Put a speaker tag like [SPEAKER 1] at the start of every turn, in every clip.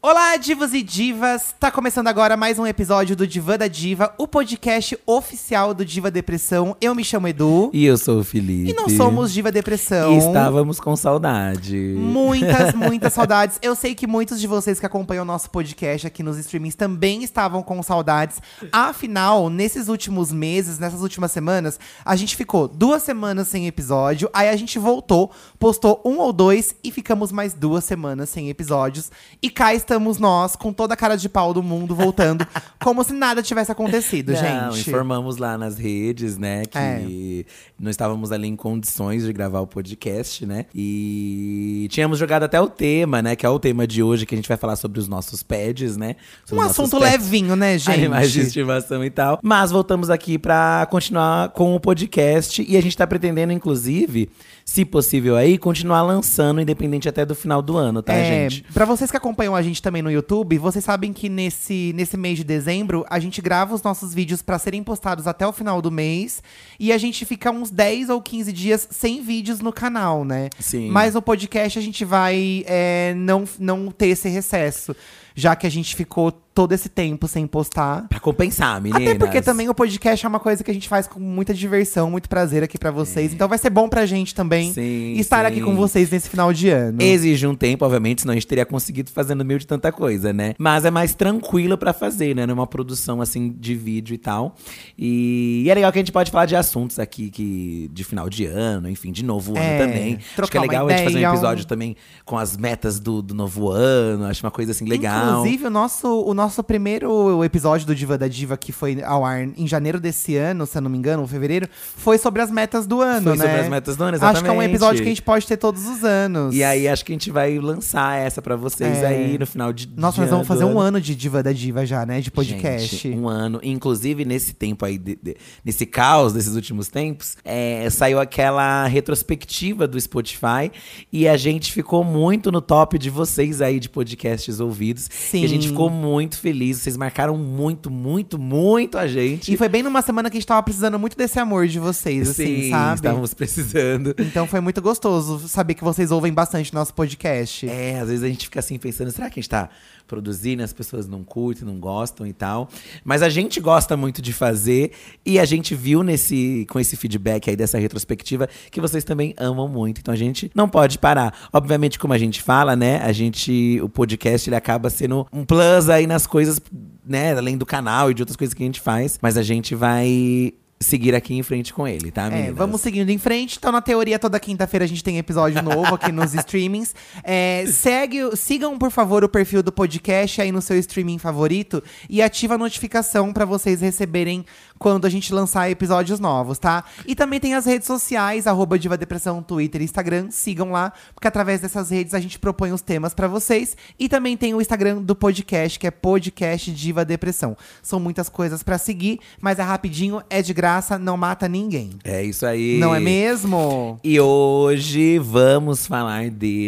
[SPEAKER 1] Olá, divos e divas! Tá começando agora mais um episódio do Divã da Diva, o podcast oficial do Diva Depressão. Eu me chamo Edu
[SPEAKER 2] E eu sou o Felipe.
[SPEAKER 1] e não somos Diva Depressão.
[SPEAKER 2] E estávamos com saudade.
[SPEAKER 1] Muitas, muitas saudades. Eu sei que muitos de vocês que acompanham o nosso podcast aqui nos streamings também estavam com saudades. Afinal, nesses últimos meses, nessas últimas semanas, a gente ficou duas semanas sem episódio, aí a gente voltou, postou um ou dois e ficamos mais duas semanas sem episódios. E cá estamos nós, com toda a cara de pau do mundo, voltando, como se nada tivesse acontecido,
[SPEAKER 2] Não,
[SPEAKER 1] gente. É.
[SPEAKER 2] informamos lá nas redes, né, que não estávamos ali em condições de gravar o podcast, né? E tínhamos jogado até o tema, né, que é o tema de hoje, que a gente vai falar sobre os nossos pets,
[SPEAKER 1] Um
[SPEAKER 2] né? Sobre os nossos
[SPEAKER 1] assunto
[SPEAKER 2] pets,
[SPEAKER 1] levinho, né,
[SPEAKER 2] Animais de
[SPEAKER 1] gente?
[SPEAKER 2] estimação e tal. Mas voltamos aqui pra continuar com o podcast. E a gente tá pretendendo, inclusive, se possível aí, continuar lançando, independente até do final do ano, tá,
[SPEAKER 1] é,
[SPEAKER 2] gente?
[SPEAKER 1] Pra vocês que acompanham a gente também no YouTube, vocês sabem que nesse, nesse mês de dezembro, a gente grava os nossos vídeos pra serem postados até o final do mês. E a gente fica uns 10 ou 15 dias sem vídeos no canal, né?
[SPEAKER 2] Sim.
[SPEAKER 1] Mas no podcast a gente vai é, não, não ter esse recesso, já que a gente ficou todo esse tempo sem postar.
[SPEAKER 2] Pra compensar, meninas.
[SPEAKER 1] Até porque também o podcast é uma coisa que a gente faz com muita diversão, muito prazer aqui pra vocês. Então vai ser bom pra gente também
[SPEAKER 2] É. Sim,
[SPEAKER 1] estar aqui
[SPEAKER 2] sim.
[SPEAKER 1] com vocês nesse final de ano.
[SPEAKER 2] Exige um tempo, obviamente, senão a gente teria conseguido fazer no meio de tanta coisa, né? Mas é mais tranquilo pra fazer, né? Numa produção, assim, de vídeo e tal. E, e é legal que a gente pode falar de assuntos aqui que de final de ano, enfim, de novo
[SPEAKER 1] É,
[SPEAKER 2] ano também. Acho que
[SPEAKER 1] trocar
[SPEAKER 2] é
[SPEAKER 1] uma
[SPEAKER 2] legal a gente fazer
[SPEAKER 1] ideia,
[SPEAKER 2] um
[SPEAKER 1] um-
[SPEAKER 2] episódio também com as metas do, do novo ano. Acho uma coisa, assim, legal.
[SPEAKER 1] Inclusive, o nosso, o nosso primeiro episódio do Diva da Diva, que foi ao ar em janeiro desse ano, se eu não me engano, ou fevereiro, foi sobre as metas do ano,
[SPEAKER 2] Foi
[SPEAKER 1] né?
[SPEAKER 2] sobre as metas do ano,
[SPEAKER 1] Acho que é um
[SPEAKER 2] exatamente.
[SPEAKER 1] episódio que a gente pode ter todos os anos.
[SPEAKER 2] E aí, acho que a gente vai lançar essa pra vocês
[SPEAKER 1] É.
[SPEAKER 2] aí no final de
[SPEAKER 1] Nossa,
[SPEAKER 2] de
[SPEAKER 1] nós vamos
[SPEAKER 2] ano,
[SPEAKER 1] fazer
[SPEAKER 2] do
[SPEAKER 1] um ano de Diva da Diva já, né? De podcast.
[SPEAKER 2] Gente, um ano. Inclusive, nesse tempo aí, de- de- nesse caos desses últimos tempos, é, saiu aquela retrospectiva do Spotify e a gente ficou muito no top de vocês aí de podcasts ouvidos.
[SPEAKER 1] Sim.
[SPEAKER 2] E a gente ficou muito feliz. Vocês marcaram muito, muito, muito a gente.
[SPEAKER 1] E foi bem numa semana que a gente tava precisando muito desse amor de vocês, assim,
[SPEAKER 2] Sim,
[SPEAKER 1] sabe?
[SPEAKER 2] estávamos precisando.
[SPEAKER 1] Então foi muito gostoso saber que vocês ouvem bastante nosso podcast.
[SPEAKER 2] É, às vezes a gente fica assim pensando, será que a gente tá produzindo, as pessoas não curtem, não gostam e tal. Mas a gente gosta muito de fazer e a gente viu nesse com esse feedback aí dessa retrospectiva que vocês também amam muito. Então a gente não pode parar. Obviamente, como a gente fala, né, a gente o podcast ele acaba sendo um plus aí nas coisas, né, além do canal e de outras coisas que a gente faz, mas a gente vai seguir aqui em frente com ele, tá, meninas?
[SPEAKER 1] É, vamos seguindo em frente. Então, na teoria, toda quinta-feira a gente tem episódio novo aqui nos streamings. É, segue, sigam, por favor, o perfil do podcast aí no seu streaming favorito e ativa a notificação pra vocês receberem quando a gente lançar episódios novos, tá? E também tem as redes sociais, arroba Diva Depressão, Twitter e Instagram. Sigam lá, porque através dessas redes a gente propõe os temas pra vocês. E também tem o Instagram do podcast, que é Podcast Diva Depressão. São muitas coisas pra seguir, mas é rapidinho, é de graça, não mata ninguém.
[SPEAKER 2] É isso aí.
[SPEAKER 1] Não é mesmo?
[SPEAKER 2] E hoje vamos falar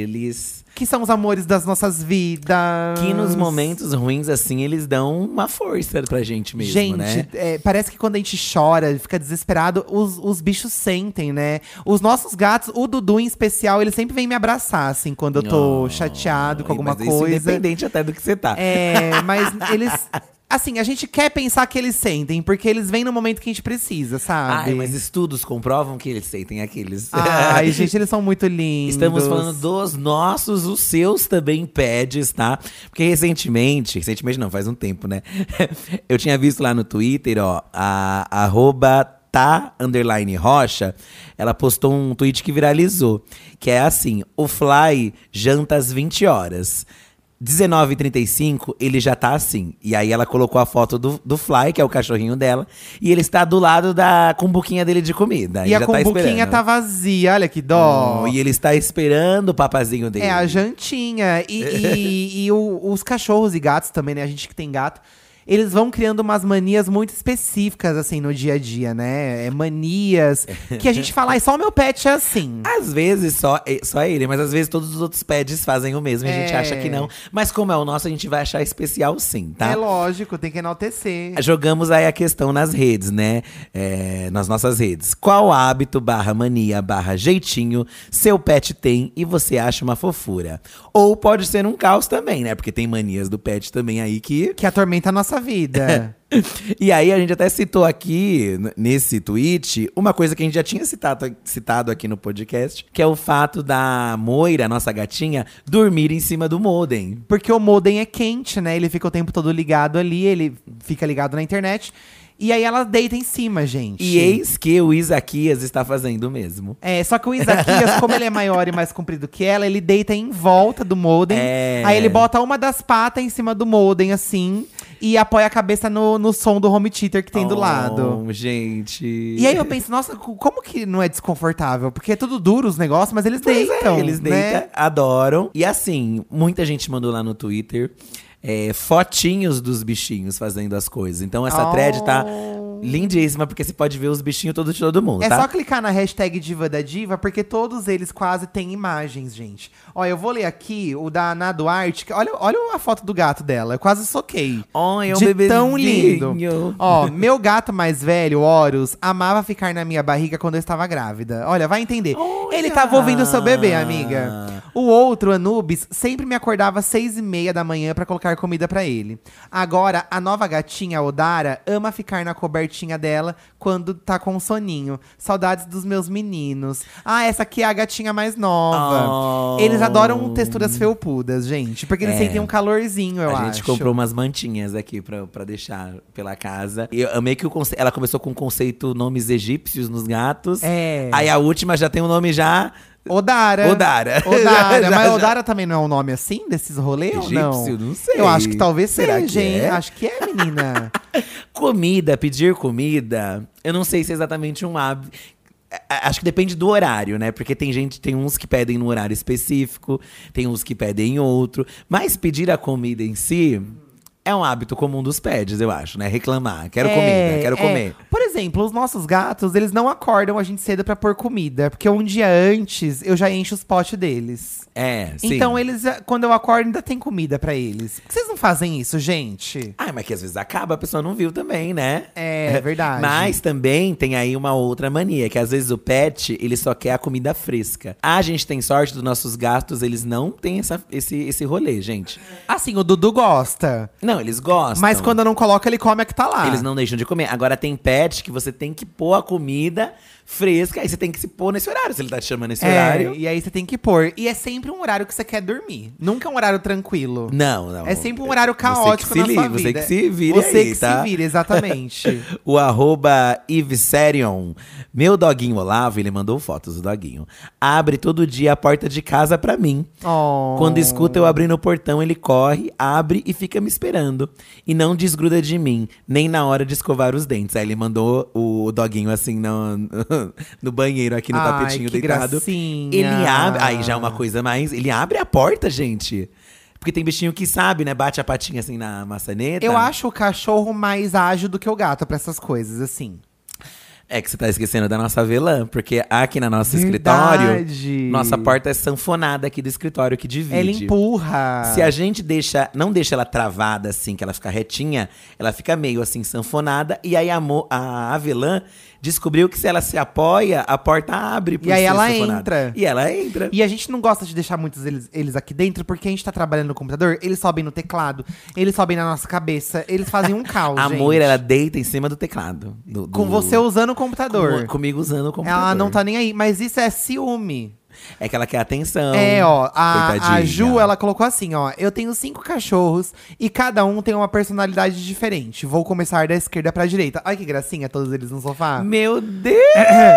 [SPEAKER 2] deles.
[SPEAKER 1] Que são os amores das nossas vidas.
[SPEAKER 2] Que nos momentos ruins, assim, eles dão uma força pra gente mesmo,
[SPEAKER 1] gente,
[SPEAKER 2] né?
[SPEAKER 1] é, parece que quando a gente chora, fica desesperado, os, os bichos sentem, né? Os nossos gatos, o Dudu em especial, ele sempre vem me abraçar, assim, quando eu tô
[SPEAKER 2] Oh,
[SPEAKER 1] chateado com alguma
[SPEAKER 2] mas isso é
[SPEAKER 1] coisa.
[SPEAKER 2] Independente até do que você tá.
[SPEAKER 1] É, mas eles. Assim, a gente quer pensar que eles sentem, porque eles vêm no momento que a gente precisa, sabe?
[SPEAKER 2] Ai, mas estudos comprovam que eles sentem aqueles.
[SPEAKER 1] Ai, gente, eles são muito lindos.
[SPEAKER 2] Estamos falando dos nossos, os seus também pads, tá? Porque recentemente, recentemente não, faz um tempo, né? Eu tinha visto lá no Twitter, ó, a a arroba tá underline rocha, ela postou um tweet que viralizou, que é assim: o Fly janta às 20 horas. 19h35, ele já tá assim. E aí ela colocou a foto do, do Fly, que é o cachorrinho dela, e ele está do lado da cumbuquinha dele de comida.
[SPEAKER 1] E
[SPEAKER 2] ele
[SPEAKER 1] a
[SPEAKER 2] já tá
[SPEAKER 1] combuquinha
[SPEAKER 2] esperando.
[SPEAKER 1] tá, vazia, olha que dó.
[SPEAKER 2] Oh, e ele está esperando o papazinho dele.
[SPEAKER 1] É,
[SPEAKER 2] É.
[SPEAKER 1] a jantinha. E, e- e o- os cachorros e gatos também, né? A gente que tem gato. eles vão criando umas manias muito específicas, assim, no dia a dia, né? É manias que a gente fala, ai, só o meu pet é assim.
[SPEAKER 2] Às vezes só, é- só ele, mas às vezes todos os outros pads fazem o mesmo e a gente
[SPEAKER 1] É.
[SPEAKER 2] acha que não. Mas como é o nosso, a gente vai achar especial sim, tá?
[SPEAKER 1] É lógico, tem que enaltecer.
[SPEAKER 2] Jogamos aí a questão nas redes, né? É, nas nossas redes. Qual hábito barra mania barra jeitinho seu pet tem e você acha uma fofura? Ou pode ser um caos também, né? Porque tem manias do pet também aí que.
[SPEAKER 1] Que atormenta a nossa vida.
[SPEAKER 2] E aí a gente até citou aqui, n- nesse tweet, uma coisa que a gente já tinha citado, citado aqui no podcast, que é o fato da Moira, nossa gatinha, dormir em cima do modem.
[SPEAKER 1] Porque o modem é quente, né? Ele fica o tempo todo ligado ali, ele fica ligado na internet. E aí ela deita em cima, gente.
[SPEAKER 2] E eis que o Isaquias está fazendo o mesmo.
[SPEAKER 1] É, só que o Isaquias, como ele é maior e mais comprido que ela, ele deita em volta do modem.
[SPEAKER 2] É.
[SPEAKER 1] Aí ele bota uma das patas em cima do modem, assim, e apoia a cabeça no, no som do home theater que tem do
[SPEAKER 2] Oh,
[SPEAKER 1] lado.
[SPEAKER 2] Gente.
[SPEAKER 1] E aí eu penso, nossa, co- como que não é desconfortável? Porque é tudo duro os negócios, mas eles
[SPEAKER 2] Pois é,
[SPEAKER 1] deitam.
[SPEAKER 2] eles
[SPEAKER 1] né?
[SPEAKER 2] deitam, adoram. E assim, muita gente mandou lá no Twitter é, fotinhos dos bichinhos fazendo as coisas. Então essa
[SPEAKER 1] Oh.
[SPEAKER 2] thread tá lindíssima, porque você pode ver os bichinhos todo de todo mundo,
[SPEAKER 1] É
[SPEAKER 2] tá?
[SPEAKER 1] só clicar na hashtag Diva da Diva, porque todos eles quase têm imagens, gente. Ó, eu vou ler aqui o da Ana Duarte. que- Olha, olha a foto do gato dela, eu quase soquei.
[SPEAKER 2] Olha, é um
[SPEAKER 1] de tão
[SPEAKER 2] bebezinho.
[SPEAKER 1] lindo. Ó, meu gato mais velho, Horus, amava ficar na minha barriga quando eu estava grávida. Olha, vai entender.
[SPEAKER 2] Olha!
[SPEAKER 1] Ele tava ouvindo seu bebê, amiga. O outro, Anubis, sempre me acordava às seis e meia da manhã pra colocar comida pra ele. Agora, a nova gatinha, Odara, ama ficar na cobertinha dela quando tá com soninho. Saudades dos meus meninos. Ah, essa aqui é a gatinha mais nova.
[SPEAKER 2] Oh.
[SPEAKER 1] Eles adoram um, texturas felpudas, gente. Porque eles
[SPEAKER 2] É.
[SPEAKER 1] sentem um calorzinho, eu
[SPEAKER 2] a
[SPEAKER 1] acho.
[SPEAKER 2] gente comprou umas mantinhas aqui pra, pra deixar pela casa. E eu amei que o conce... ela começou com o conceito nomes egípcios nos gatos.
[SPEAKER 1] É.
[SPEAKER 2] Aí a última já tem um nome já
[SPEAKER 1] Odara.
[SPEAKER 2] Odara.
[SPEAKER 1] Odara.
[SPEAKER 2] Já-
[SPEAKER 1] Mas
[SPEAKER 2] já-
[SPEAKER 1] Odara também não é um nome assim desses rolês ou não?
[SPEAKER 2] Egípcio? Não sei.
[SPEAKER 1] Eu acho que talvez
[SPEAKER 2] Será
[SPEAKER 1] seja,
[SPEAKER 2] que
[SPEAKER 1] hein?
[SPEAKER 2] é?
[SPEAKER 1] Acho que é, menina.
[SPEAKER 2] Comida, pedir comida, eu não sei se é exatamente um hábito. A- Acho que depende do horário, né? Porque tem gente, tem uns que pedem num horário específico, tem uns que pedem em outro. Mas pedir a comida em si é um hábito comum dos pets, eu acho, né? Reclamar. Quero
[SPEAKER 1] É,
[SPEAKER 2] comida, quero
[SPEAKER 1] é.
[SPEAKER 2] comer.
[SPEAKER 1] Por exemplo, os nossos gatos, eles não acordam a gente cedo pra pôr comida. Porque um dia antes, eu já encho os potes deles.
[SPEAKER 2] É, sim.
[SPEAKER 1] Então eles, eh, quando eu acordo, ainda tem comida pra eles. Por que vocês não fazem isso, gente?
[SPEAKER 2] Ai, mas que às vezes acaba, a pessoa não viu também, né?
[SPEAKER 1] É, verdade.
[SPEAKER 2] Mas também tem aí uma outra mania, que às vezes o pet, ele só quer a comida fresca. Ah, A gente tem sorte dos nossos gatos, eles não têm essa, esse, esse rolê, gente.
[SPEAKER 1] Assim, o Dudu gosta.
[SPEAKER 2] Não, eles gostam.
[SPEAKER 1] Mas quando eu não coloco, ele come a que tá lá.
[SPEAKER 2] Eles não deixam de comer. Agora tem pet que você tem que pôr a comida fresca, aí você tem que se pôr nesse horário, se ele tá te chamando nesse
[SPEAKER 1] É,
[SPEAKER 2] horário.
[SPEAKER 1] e aí você tem que pôr. E é sempre um horário que você quer dormir. Nunca é um horário tranquilo.
[SPEAKER 2] Não, não.
[SPEAKER 1] É sempre um horário
[SPEAKER 2] Você que
[SPEAKER 1] caótico
[SPEAKER 2] se
[SPEAKER 1] na
[SPEAKER 2] li-
[SPEAKER 1] sua
[SPEAKER 2] Você
[SPEAKER 1] vida.
[SPEAKER 2] que se vire
[SPEAKER 1] Você
[SPEAKER 2] aí,
[SPEAKER 1] que
[SPEAKER 2] tá?
[SPEAKER 1] se vira, exatamente.
[SPEAKER 2] O arroba Iveserion. Meu doguinho Olavo, ele mandou fotos do doguinho. Abre todo dia a porta de casa pra mim.
[SPEAKER 1] oh.
[SPEAKER 2] Quando escuta eu abrindo o portão, ele corre, abre e fica me esperando. E não desgruda de mim, nem na hora de escovar os dentes. Aí ele mandou o doguinho assim no, no banheiro, aqui no
[SPEAKER 1] Ai,
[SPEAKER 2] tapetinho
[SPEAKER 1] que
[SPEAKER 2] deitado.
[SPEAKER 1] gracinha.
[SPEAKER 2] Ele abre. Aí já é uma coisa mais. Ele abre a porta, gente. Porque tem bichinho que sabe, né? Bate a patinha assim na maçaneta.
[SPEAKER 1] Eu acho o cachorro mais ágil do que o gato pra essas coisas, assim.
[SPEAKER 2] É que você tá esquecendo da nossa velã, porque aqui na nossa
[SPEAKER 1] Verdade.
[SPEAKER 2] escritório, nossa porta é sanfonada aqui do escritório que divide.
[SPEAKER 1] Ela empurra.
[SPEAKER 2] Se a gente deixa, não deixa ela travada assim, que ela fica retinha, ela fica meio assim sanfonada e aí a, mo- a Avelã descobriu que se ela se apoia, a porta abre por
[SPEAKER 1] E aí
[SPEAKER 2] ser
[SPEAKER 1] ela
[SPEAKER 2] sanfonada.
[SPEAKER 1] entra.
[SPEAKER 2] E ela entra.
[SPEAKER 1] E a gente não gosta de deixar muitos eles, eles aqui dentro, porque a gente tá trabalhando no computador, eles sobem no teclado, eles sobem na nossa cabeça, eles fazem um caos,
[SPEAKER 2] a
[SPEAKER 1] gente.
[SPEAKER 2] Moira ela deita em cima do teclado. do-
[SPEAKER 1] Com
[SPEAKER 2] do-
[SPEAKER 1] você usando o
[SPEAKER 2] Hum. com,
[SPEAKER 1] computador.
[SPEAKER 2] comigo usando o computador.
[SPEAKER 1] Ela não tá nem aí, mas isso é ciúme.
[SPEAKER 2] É que ela quer atenção.
[SPEAKER 1] É, ó, a, a
[SPEAKER 2] Coitadinha.
[SPEAKER 1] Ju, ela colocou assim, ó. Eu tenho cinco cachorros e cada um tem uma personalidade diferente. Vou começar da esquerda pra direita. Ai, que gracinha, todos eles no sofá.
[SPEAKER 2] Meu Deus!
[SPEAKER 1] É.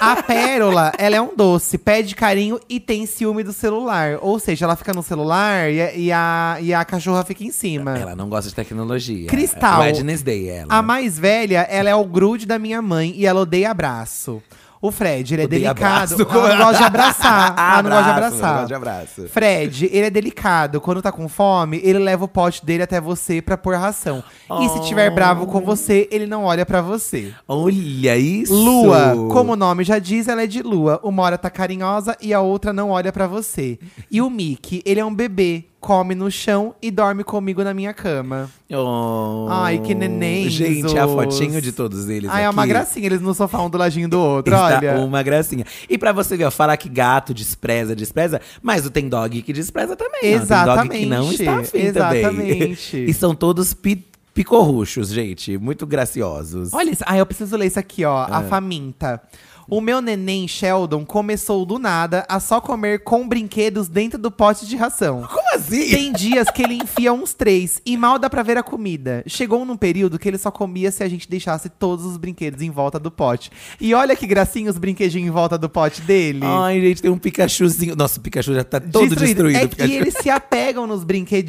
[SPEAKER 1] A Pérola, ela é um doce, pede carinho e tem ciúme do celular. Ou seja, ela fica no celular e, a- e a, e a cachorra fica em cima.
[SPEAKER 2] Ela não gosta de tecnologia. é
[SPEAKER 1] Cristal.
[SPEAKER 2] Wednesday, ela.
[SPEAKER 1] A mais velha, ela é o grude da minha mãe e ela odeia abraço. O Fred, ele é
[SPEAKER 2] Odeio
[SPEAKER 1] delicado.
[SPEAKER 2] abraço.
[SPEAKER 1] Ela não gosta de abraçar. Ela não gosta de
[SPEAKER 2] Abraço,
[SPEAKER 1] abraçar.
[SPEAKER 2] não gosta de abraço.
[SPEAKER 1] Fred, ele é delicado. Quando tá com fome, ele leva o pote dele até você pra pôr ração. E se tiver
[SPEAKER 2] Oh.
[SPEAKER 1] bravo com você, ele não olha pra você.
[SPEAKER 2] Olha isso!
[SPEAKER 1] Lua, como o nome já diz, ela é de lua. Uma hora tá carinhosa e a outra não olha pra você. E o Mickey, ele é um bebê, come no chão e dorme comigo na minha cama.
[SPEAKER 2] Oh.
[SPEAKER 1] Ai, que neném,
[SPEAKER 2] Gente, a
[SPEAKER 1] Jesus.
[SPEAKER 2] fotinho de todos eles
[SPEAKER 1] Ah, é uma
[SPEAKER 2] aqui
[SPEAKER 1] gracinha, eles no sofá um do ladinho do outro,
[SPEAKER 2] está um
[SPEAKER 1] olha.
[SPEAKER 2] uma gracinha. E pra você ver, ó, falar que gato despreza, despreza, mas o tem dog que despreza também. ó. Tem dog que não
[SPEAKER 1] Exatamente,
[SPEAKER 2] está afim também.
[SPEAKER 1] exatamente.
[SPEAKER 2] e são todos pi picorruchos, gente. Muito graciosos.
[SPEAKER 1] Olha isso. Ah, eu preciso ler isso aqui, ó. A faminta. O meu neném Sheldon começou do nada a só comer com brinquedos dentro do pote de ração.
[SPEAKER 2] Como assim?
[SPEAKER 1] Tem dias que ele enfia uns três e mal dá pra ver a comida. Chegou num período que ele só comia se a gente deixasse todos os brinquedos em volta do pote. E olha que gracinha os brinquedinhos em volta do pote dele.
[SPEAKER 2] Ai, gente, tem um Pikachuzinho. Nossa, o Pikachu já tá todo destruído.
[SPEAKER 1] É
[SPEAKER 2] o Pikachu.
[SPEAKER 1] que eles se apegam nos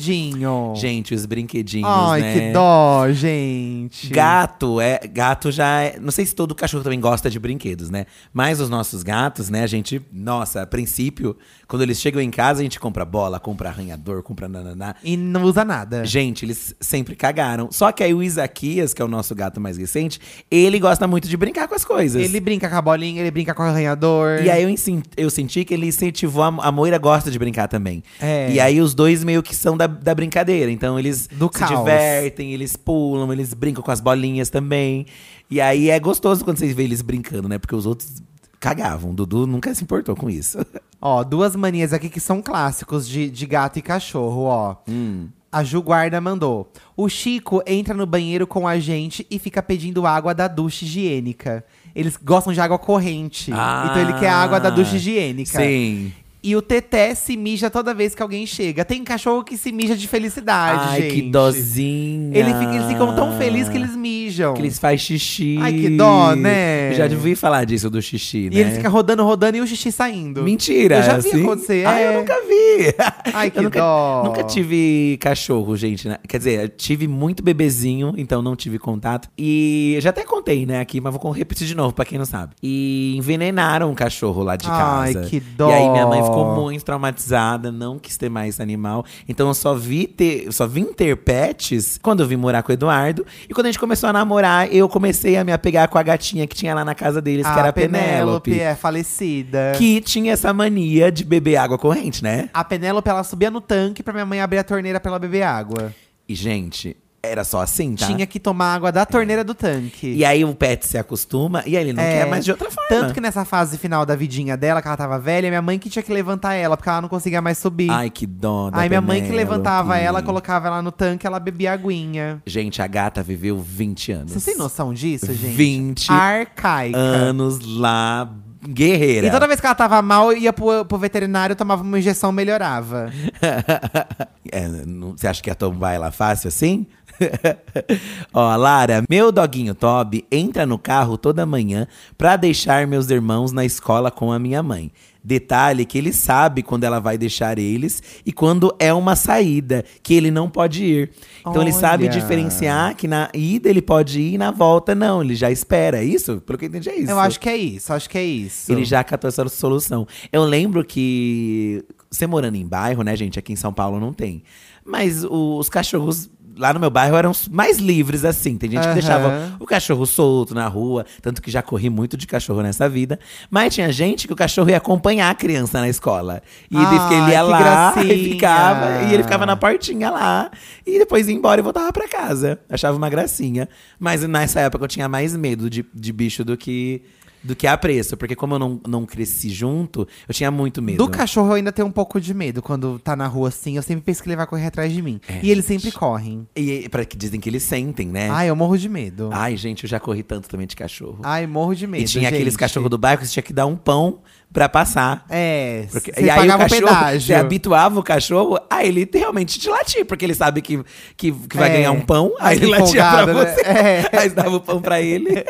[SPEAKER 1] brinquedinhos.
[SPEAKER 2] Gente, os brinquedinhos,
[SPEAKER 1] Ai,
[SPEAKER 2] né?
[SPEAKER 1] que dó, gente.
[SPEAKER 2] Gato é. Gato já é. Não sei se todo cachorro também gosta de brinquedos, né? Mas os nossos gatos, né, a gente. Nossa, a princípio, quando eles chegam em casa, a gente compra bola, compra arranhador, compra nananá.
[SPEAKER 1] E não usa nada.
[SPEAKER 2] Gente, eles sempre cagaram. Só que aí o Isaquias, que é o nosso gato mais recente, ele gosta muito de brincar com as coisas.
[SPEAKER 1] Ele brinca com a bolinha, ele brinca com o arranhador.
[SPEAKER 2] E aí eu, incen- eu senti que ele incentivou a, a Moira gosta de brincar também.
[SPEAKER 1] É.
[SPEAKER 2] E aí os dois meio que são da, da brincadeira. Então eles
[SPEAKER 1] Do
[SPEAKER 2] se
[SPEAKER 1] caos.
[SPEAKER 2] divertem, eles pulam, eles brincam com as bolinhas também. E aí é gostoso quando vocês vê eles brincando, né? Porque os outros cagavam. Dudu nunca se importou com isso.
[SPEAKER 1] Ó, duas manias aqui que são clássicos de, de gato e cachorro, ó.
[SPEAKER 2] Hum.
[SPEAKER 1] A Ju Guarda mandou. O Chico entra no banheiro com a gente e fica pedindo água da ducha higiênica. Eles gostam de água corrente.
[SPEAKER 2] Ah,
[SPEAKER 1] então ele quer a água da ducha higiênica.
[SPEAKER 2] Sim.
[SPEAKER 1] E o Teté se mija toda vez que alguém chega. Tem cachorro que se mija de felicidade,
[SPEAKER 2] Ai,
[SPEAKER 1] gente.
[SPEAKER 2] que dozinha.
[SPEAKER 1] Ele fica- eles ficam tão felizes que eles mijam.
[SPEAKER 2] Que eles fazem xixi.
[SPEAKER 1] Ai, que dó, né?
[SPEAKER 2] Eu já ouvi falar disso do xixi,
[SPEAKER 1] e
[SPEAKER 2] né?
[SPEAKER 1] eles ficam rodando, rodando e o xixi saindo.
[SPEAKER 2] Mentira!
[SPEAKER 1] Eu já vi
[SPEAKER 2] assim?
[SPEAKER 1] acontecer,
[SPEAKER 2] Ai,
[SPEAKER 1] é.
[SPEAKER 2] eu nunca vi!
[SPEAKER 1] Ai, que
[SPEAKER 2] eu nunca,
[SPEAKER 1] dó.
[SPEAKER 2] nunca tive cachorro, gente. né? Quer dizer, eu tive muito bebezinho, então não tive contato. E eu já até contei, né, aqui, mas vou con- repetir de novo pra quem não sabe. E envenenaram um cachorro lá de
[SPEAKER 1] Ai,
[SPEAKER 2] casa.
[SPEAKER 1] que dó.
[SPEAKER 2] E aí minha mãe ficou muito traumatizada, não quis ter mais esse animal. Então eu só vi ter, eu só vim ter pets quando eu vim morar com o Eduardo. E quando a gente começou a namorar, eu comecei a me apegar com a gatinha que tinha lá na casa deles,
[SPEAKER 1] Ah,
[SPEAKER 2] que era a Penélope.
[SPEAKER 1] é falecida.
[SPEAKER 2] Que tinha essa mania de beber água corrente, né?
[SPEAKER 1] A Penélope, ela subia no tanque pra minha mãe abrir a torneira pra ela beber água.
[SPEAKER 2] E, gente, era só assim, tá?
[SPEAKER 1] Tinha que tomar água da torneira do tanque.
[SPEAKER 2] E aí o pet se acostuma e aí ele não
[SPEAKER 1] É.
[SPEAKER 2] quer mais de outra forma.
[SPEAKER 1] Tanto que nessa fase final da vidinha dela, que ela tava velha, minha mãe que tinha que levantar ela, porque ela não conseguia mais subir.
[SPEAKER 2] Ai, que dó da
[SPEAKER 1] Aí minha mãe que
[SPEAKER 2] Penélope.
[SPEAKER 1] levantava ela, colocava ela no tanque, ela bebia aguinha.
[SPEAKER 2] Gente, a gata viveu 20 anos.
[SPEAKER 1] Vocês têm noção disso, gente?
[SPEAKER 2] 20
[SPEAKER 1] Arcaica.
[SPEAKER 2] Anos lá, guerreira.
[SPEAKER 1] E toda vez que ela tava mal, ia pro, pro veterinário, tomava uma injeção, melhorava.
[SPEAKER 2] É, não- você acha que ia tombar ela fácil assim? Ó, Lara, meu doguinho Toby entra no carro toda manhã pra deixar meus irmãos na escola com a minha mãe. Detalhe que ele sabe quando ela vai deixar eles e quando é uma saída, que ele não pode ir. Então ele sabe
[SPEAKER 1] Olha.
[SPEAKER 2] diferenciar que na ida ele pode ir e na volta não, ele já espera. É isso? Pelo que eu entendi, é isso.
[SPEAKER 1] Eu acho que é isso, acho que é isso.
[SPEAKER 2] Ele já catou essa solução. Eu lembro que você morando em bairro, né, gente? Aqui em São Paulo não tem. Mas o- os cachorros lá no meu bairro eram os mais livres, assim. Tem gente que
[SPEAKER 1] Aham.
[SPEAKER 2] deixava o cachorro solto na rua, tanto que já corri muito de cachorro nessa vida. Mas tinha gente que o cachorro ia acompanhar a criança na escola. E ele,
[SPEAKER 1] Ai,
[SPEAKER 2] ele
[SPEAKER 1] que
[SPEAKER 2] ia lá
[SPEAKER 1] gracinha.
[SPEAKER 2] e ficava. E ele ficava na portinha lá. E depois ia embora e voltava pra casa. Achava uma gracinha. Mas nessa época eu tinha mais medo de, de bicho do que. Do que apreço, porque como eu não, não cresci junto, eu tinha muito medo.
[SPEAKER 1] Do cachorro eu ainda tenho um pouco de medo quando tá na rua assim. Eu sempre penso que ele vai correr atrás de mim.
[SPEAKER 2] É,
[SPEAKER 1] e eles sempre correm.
[SPEAKER 2] E e pra que dizem que eles sentem, né? Ai,
[SPEAKER 1] Ai, eu morro de medo.
[SPEAKER 2] gente, eu já corri tanto também de cachorro.
[SPEAKER 1] Ai, morro de medo.
[SPEAKER 2] Ah. e tinha aqueles
[SPEAKER 1] gente.
[SPEAKER 2] cachorros do bairro que você tinha que dar um pão pra passar.
[SPEAKER 1] É,
[SPEAKER 2] Porque-
[SPEAKER 1] você pagava o
[SPEAKER 2] você
[SPEAKER 1] pedágio.
[SPEAKER 2] habituava o cachorro a ele realmente te latir, porque ele sabe que, que, que vai
[SPEAKER 1] É.
[SPEAKER 2] ganhar um pão,
[SPEAKER 1] Ai,
[SPEAKER 2] aí
[SPEAKER 1] que
[SPEAKER 2] ele latia pra
[SPEAKER 1] folgado, né?
[SPEAKER 2] você.
[SPEAKER 1] É.
[SPEAKER 2] Aí você dava o pão pra ele.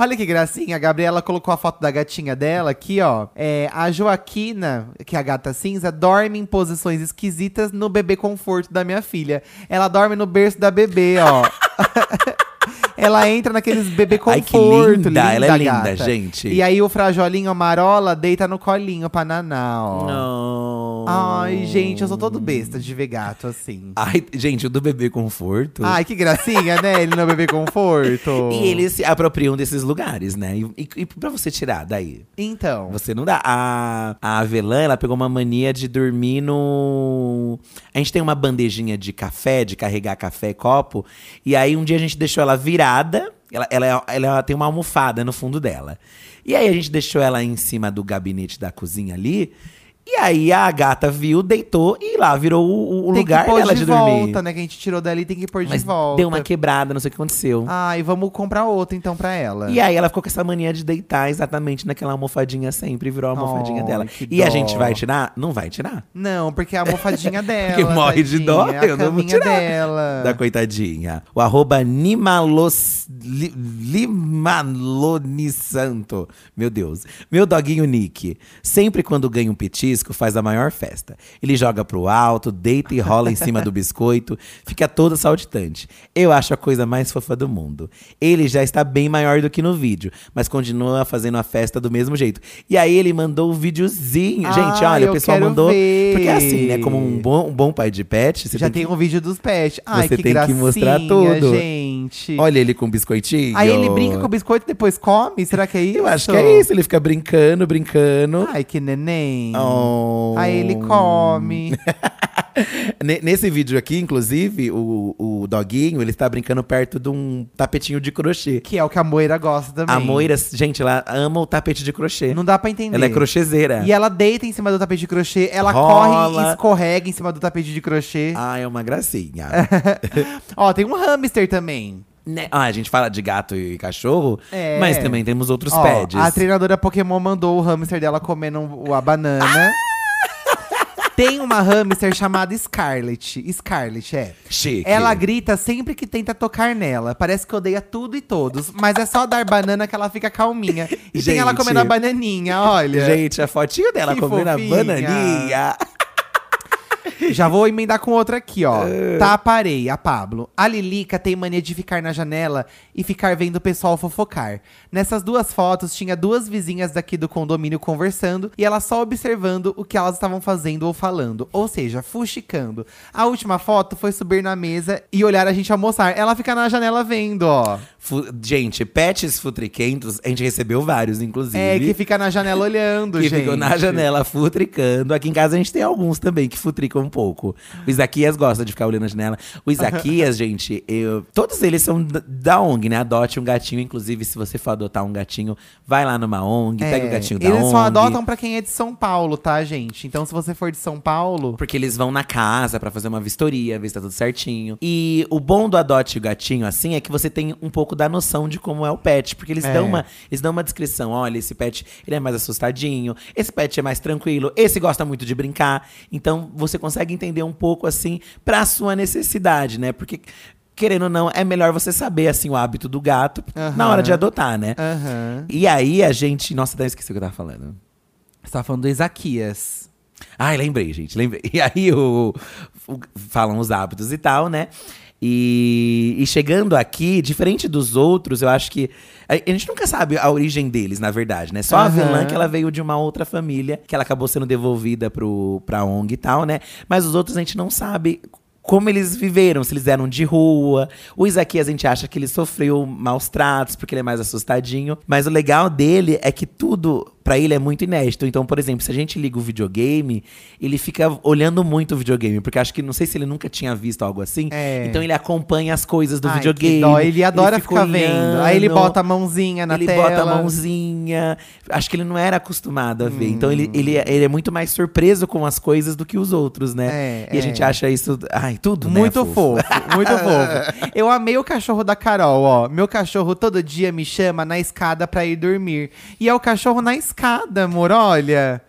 [SPEAKER 1] Olha que gracinha, a Gabriela colocou a foto da gatinha dela aqui, ó. É, a Joaquina, que é a gata cinza, dorme em posições esquisitas no bebê conforto da minha filha. Ela dorme no berço da bebê, ó. ela entra naqueles bebê
[SPEAKER 2] Ai,
[SPEAKER 1] conforto.
[SPEAKER 2] que linda, ela é linda,
[SPEAKER 1] gata.
[SPEAKER 2] gente.
[SPEAKER 1] E aí o frajolinho marola deita no colinho pra naná, ó.
[SPEAKER 2] Não.
[SPEAKER 1] Ai, gente, eu sou todo besta de ver gato assim.
[SPEAKER 2] Ai, gente, o do bebê conforto.
[SPEAKER 1] Ai, que gracinha, né? Ele no bebê conforto.
[SPEAKER 2] E eles se apropriam desses lugares, né? E, e, e pra você tirar daí?
[SPEAKER 1] Então.
[SPEAKER 2] Você não dá. A, a Avelã, ela pegou uma mania de dormir no. A gente tem uma bandejinha de café, de carregar café e copo. E aí um dia a gente deixou ela virada. Ela, ela, ela tem uma almofada no fundo dela. E aí a gente deixou ela em cima do gabinete da cozinha ali. E aí a gata viu, deitou e lá virou o, o
[SPEAKER 1] tem
[SPEAKER 2] lugar
[SPEAKER 1] que pôr
[SPEAKER 2] dela
[SPEAKER 1] de,
[SPEAKER 2] de,
[SPEAKER 1] volta,
[SPEAKER 2] dormir.
[SPEAKER 1] né? Que a gente tirou dali, tem que pôr
[SPEAKER 2] Mas
[SPEAKER 1] de volta.
[SPEAKER 2] deu uma quebrada, não sei o que aconteceu.
[SPEAKER 1] Ai, vamos comprar outra então pra ela.
[SPEAKER 2] E aí ela ficou com essa mania de deitar exatamente naquela almofadinha sempre, virou a almofadinha
[SPEAKER 1] Ai,
[SPEAKER 2] dela.
[SPEAKER 1] que
[SPEAKER 2] E a
[SPEAKER 1] dó.
[SPEAKER 2] gente vai tirar? Não vai tirar.
[SPEAKER 1] Não, porque é a almofadinha dela.
[SPEAKER 2] Porque morre de
[SPEAKER 1] tadinha,
[SPEAKER 2] dó,
[SPEAKER 1] é a
[SPEAKER 2] eu não vou
[SPEAKER 1] caminha
[SPEAKER 2] tirar
[SPEAKER 1] dela.
[SPEAKER 2] Da coitadinha. O arroba Nimalos, li, Limalonisanto. Meu Deus. Meu doguinho Nick. Sempre quando ganha um petisco, faz a maior festa. Ele joga pro alto, deita e rola em cima do biscoito, fica todo saltitante. Eu acho a coisa mais fofa do mundo. Ele já está bem maior do que no vídeo, mas continua fazendo a festa do mesmo jeito. E aí ele mandou o videozinho. Gente,
[SPEAKER 1] Ah,
[SPEAKER 2] olha,
[SPEAKER 1] eu
[SPEAKER 2] o pessoal
[SPEAKER 1] quero
[SPEAKER 2] mandou.
[SPEAKER 1] ver.
[SPEAKER 2] Porque é assim, né? Como um bom, um bom pai de pet, você
[SPEAKER 1] Já
[SPEAKER 2] tem que
[SPEAKER 1] tem um vídeo dos pets. Ai,
[SPEAKER 2] Você
[SPEAKER 1] que
[SPEAKER 2] tem que
[SPEAKER 1] gracinha,
[SPEAKER 2] mostrar tudo.
[SPEAKER 1] gente.
[SPEAKER 2] Olha ele com biscoitinho.
[SPEAKER 1] Aí ele brinca com o biscoito e depois come? Será que é isso?
[SPEAKER 2] Eu acho que é isso, ele fica brincando, brincando.
[SPEAKER 1] Ai, que neném.
[SPEAKER 2] Oh.
[SPEAKER 1] Ah. Aí ele come.
[SPEAKER 2] Ne- Nesse vídeo aqui, inclusive, o, o doguinho, ele está brincando perto de um tapetinho de crochê.
[SPEAKER 1] que é o que a Moira gosta também.
[SPEAKER 2] A Moira, gente, ela ama o tapete de crochê.
[SPEAKER 1] Não dá pra entender.
[SPEAKER 2] Ela é crochêzeira.
[SPEAKER 1] E ela deita em cima do tapete de crochê, ela corre e
[SPEAKER 2] Rola.
[SPEAKER 1] escorrega em cima do tapete de crochê.
[SPEAKER 2] Ah, é uma gracinha.
[SPEAKER 1] Ó, tem um hamster também.
[SPEAKER 2] Né? Ah, a gente fala de gato e cachorro,
[SPEAKER 1] É.
[SPEAKER 2] mas também temos outros
[SPEAKER 1] Ó,
[SPEAKER 2] pets.
[SPEAKER 1] A treinadora Pokémon mandou o hamster dela comendo um, o- a banana.
[SPEAKER 2] Ah!
[SPEAKER 1] Tem uma hamster chamada Scarlet. Scarlet, é.
[SPEAKER 2] Chique.
[SPEAKER 1] Ela grita sempre que tenta tocar nela. Parece que odeia tudo e todos. Mas é só dar banana que ela fica calminha. E tem ela
[SPEAKER 2] Gente.
[SPEAKER 1] comendo a bananinha, olha.
[SPEAKER 2] Gente, a fotinho dela
[SPEAKER 1] Que
[SPEAKER 2] comendo
[SPEAKER 1] fofinha.
[SPEAKER 2] a bananinha.
[SPEAKER 1] Já vou emendar com outra aqui, ó.
[SPEAKER 2] É.
[SPEAKER 1] Tá, parei, a Pablo. A Lilica tem mania de ficar na janela e ficar vendo o pessoal fofocar. Nessas duas fotos, tinha duas vizinhas daqui do condomínio conversando e ela só observando o que elas estavam fazendo ou falando. Ou seja, fuxicando. A última foto foi subir na mesa e olhar a gente almoçar. Ela fica na janela vendo, ó.
[SPEAKER 2] Fu- gente, pets futriquentos, a gente recebeu vários, inclusive.
[SPEAKER 1] É, que fica na janela olhando,
[SPEAKER 2] que
[SPEAKER 1] gente.
[SPEAKER 2] ficam na janela futricando. Aqui em casa a gente tem alguns também que futricam um pouco. O Isaquias gosta de ficar olhando a janela. O Isaquias, gente, eu, todos eles são da- da ONG, né? Adote um gatinho. Inclusive, se você for adotar um gatinho, vai lá numa ONG,
[SPEAKER 1] É,
[SPEAKER 2] pega o gatinho da
[SPEAKER 1] Eles
[SPEAKER 2] ONG.
[SPEAKER 1] só adotam pra quem é de São Paulo, tá, gente? Então, se você for de São Paulo,
[SPEAKER 2] Porque eles vão na casa pra fazer uma vistoria, ver se tá tudo certinho. E o bom do adote o gatinho, assim, é que você tem um pouco da noção de como é o pet. Porque eles,
[SPEAKER 1] É.
[SPEAKER 2] dão, uma, eles dão uma descrição. Olha, esse pet, ele é mais assustadinho. Esse pet é mais tranquilo. Esse gosta muito de brincar. Então, você consegue entender um pouco, assim, pra sua necessidade, né? Porque… Querendo ou não, é melhor você saber, assim, o hábito do gato na hora de adotar,
[SPEAKER 1] É.
[SPEAKER 2] né?
[SPEAKER 1] Aham.
[SPEAKER 2] E aí, a gente… Nossa, até esqueci o que eu tava falando.
[SPEAKER 1] Você tá falando do Isaquias.
[SPEAKER 2] Ai, lembrei, gente, lembrei. E aí o, o- falam os hábitos e tal, né? E, e chegando aqui, diferente dos outros, eu acho que. A, a gente nunca sabe a origem deles, na verdade, né? Só a
[SPEAKER 1] Aham.
[SPEAKER 2] vilã que ela veio de uma outra família, que ela acabou sendo devolvida pro, pra ONG e tal, né? Mas os outros a gente não sabe. Como eles viveram, se eles eram de rua. O Isaquias a gente acha que ele sofreu maus tratos, porque ele é mais assustadinho. Mas o legal dele é que tudo pra ele é muito inédito. Então, por exemplo, se a gente liga o videogame, ele fica olhando muito o videogame, porque acho que não sei se ele nunca tinha visto algo assim.
[SPEAKER 1] É.
[SPEAKER 2] Então ele acompanha as coisas do
[SPEAKER 1] Ai, que
[SPEAKER 2] videogame.
[SPEAKER 1] dó, Ele adora
[SPEAKER 2] fica
[SPEAKER 1] ficar vendo. Aí ele
[SPEAKER 2] olhando
[SPEAKER 1] bota a mãozinha na
[SPEAKER 2] ele
[SPEAKER 1] tela.
[SPEAKER 2] bota a mãozinha. Acho que ele não era acostumado a ver. Então ele,
[SPEAKER 1] Hum.
[SPEAKER 2] ele, ele é muito mais surpreso com as coisas do que os outros, né?
[SPEAKER 1] É,
[SPEAKER 2] e
[SPEAKER 1] é.
[SPEAKER 2] a gente acha isso. Ai, tudo, né?
[SPEAKER 1] Muito fofo, muito fofo. Eu amei o cachorro da Carol, ó. Meu cachorro todo dia me chama na escada pra ir dormir. E é o cachorro na escada, amor, olha.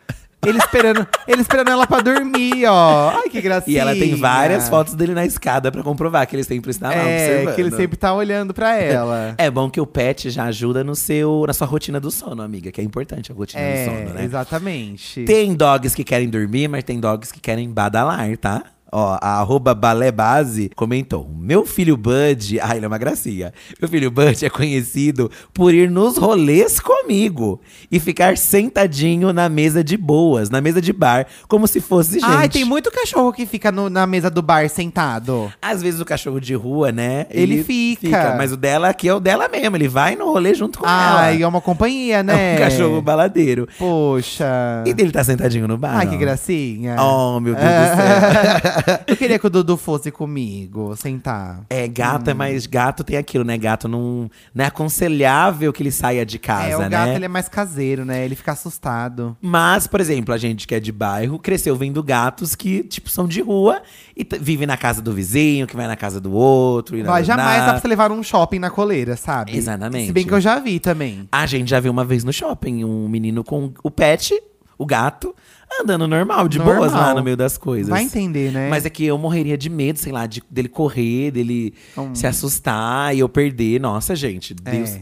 [SPEAKER 1] Ele esperando, ele esperando ela pra dormir, ó. Ai, que gracinha.
[SPEAKER 2] E ela tem várias fotos dele na escada pra comprovar que ele sempre está Tá lá
[SPEAKER 1] É,
[SPEAKER 2] observando.
[SPEAKER 1] que ele sempre tá olhando pra ela.
[SPEAKER 2] É bom que o pet já ajuda no seu, na sua rotina do sono, amiga, que é importante a rotina do sono, né?
[SPEAKER 1] exatamente.
[SPEAKER 2] Tem dogs que querem dormir, mas tem dogs que querem badalar, tá? Ó, a arroba balé base comentou: Meu filho Bud, ah, ele é uma gracinha. Meu filho Bud é conhecido por ir nos rolês comigo e ficar sentadinho na mesa de boas, na mesa de bar, como se fosse gente.
[SPEAKER 1] Ai, tem muito cachorro que fica no- na mesa do bar sentado.
[SPEAKER 2] Às vezes o cachorro de rua, né?
[SPEAKER 1] Ele fica.
[SPEAKER 2] Mas o dela aqui é o dela mesmo. Ele vai no rolê junto com
[SPEAKER 1] Ai,
[SPEAKER 2] ela.
[SPEAKER 1] é uma companhia,
[SPEAKER 2] É
[SPEAKER 1] né?
[SPEAKER 2] um cachorro baladeiro.
[SPEAKER 1] Poxa.
[SPEAKER 2] E ele tá sentadinho no bar.
[SPEAKER 1] Ai,
[SPEAKER 2] não?
[SPEAKER 1] que gracinha.
[SPEAKER 2] Oh, meu Deus do céu.
[SPEAKER 1] Eu queria que o Dudu fosse comigo, sentar.
[SPEAKER 2] É, gato é
[SPEAKER 1] Hum.
[SPEAKER 2] mais. Gato tem aquilo, né? Gato não. Não é aconselhável que ele saia de casa,
[SPEAKER 1] é, o
[SPEAKER 2] né?
[SPEAKER 1] gato ele é mais caseiro, né? Ele fica assustado.
[SPEAKER 2] Mas, por exemplo, a gente que é de bairro cresceu vendo gatos que, tipo, são de rua e t- vive na casa do vizinho, que vai na casa do outro. E
[SPEAKER 1] Mas jamais dá pra
[SPEAKER 2] nananá.
[SPEAKER 1] você levar um shopping na coleira, sabe?
[SPEAKER 2] Exatamente.
[SPEAKER 1] Se bem que eu já vi também.
[SPEAKER 2] A gente já viu uma vez no shopping um menino com o pet, o gato, andando normal, de boas lá
[SPEAKER 1] Normal.
[SPEAKER 2] no meio das coisas.
[SPEAKER 1] Vai entender, né?
[SPEAKER 2] Mas é que eu morreria de medo, sei lá, de- dele correr, dele
[SPEAKER 1] Hum.
[SPEAKER 2] se assustar e eu perder. Nossa, gente,
[SPEAKER 1] É.
[SPEAKER 2] Deus.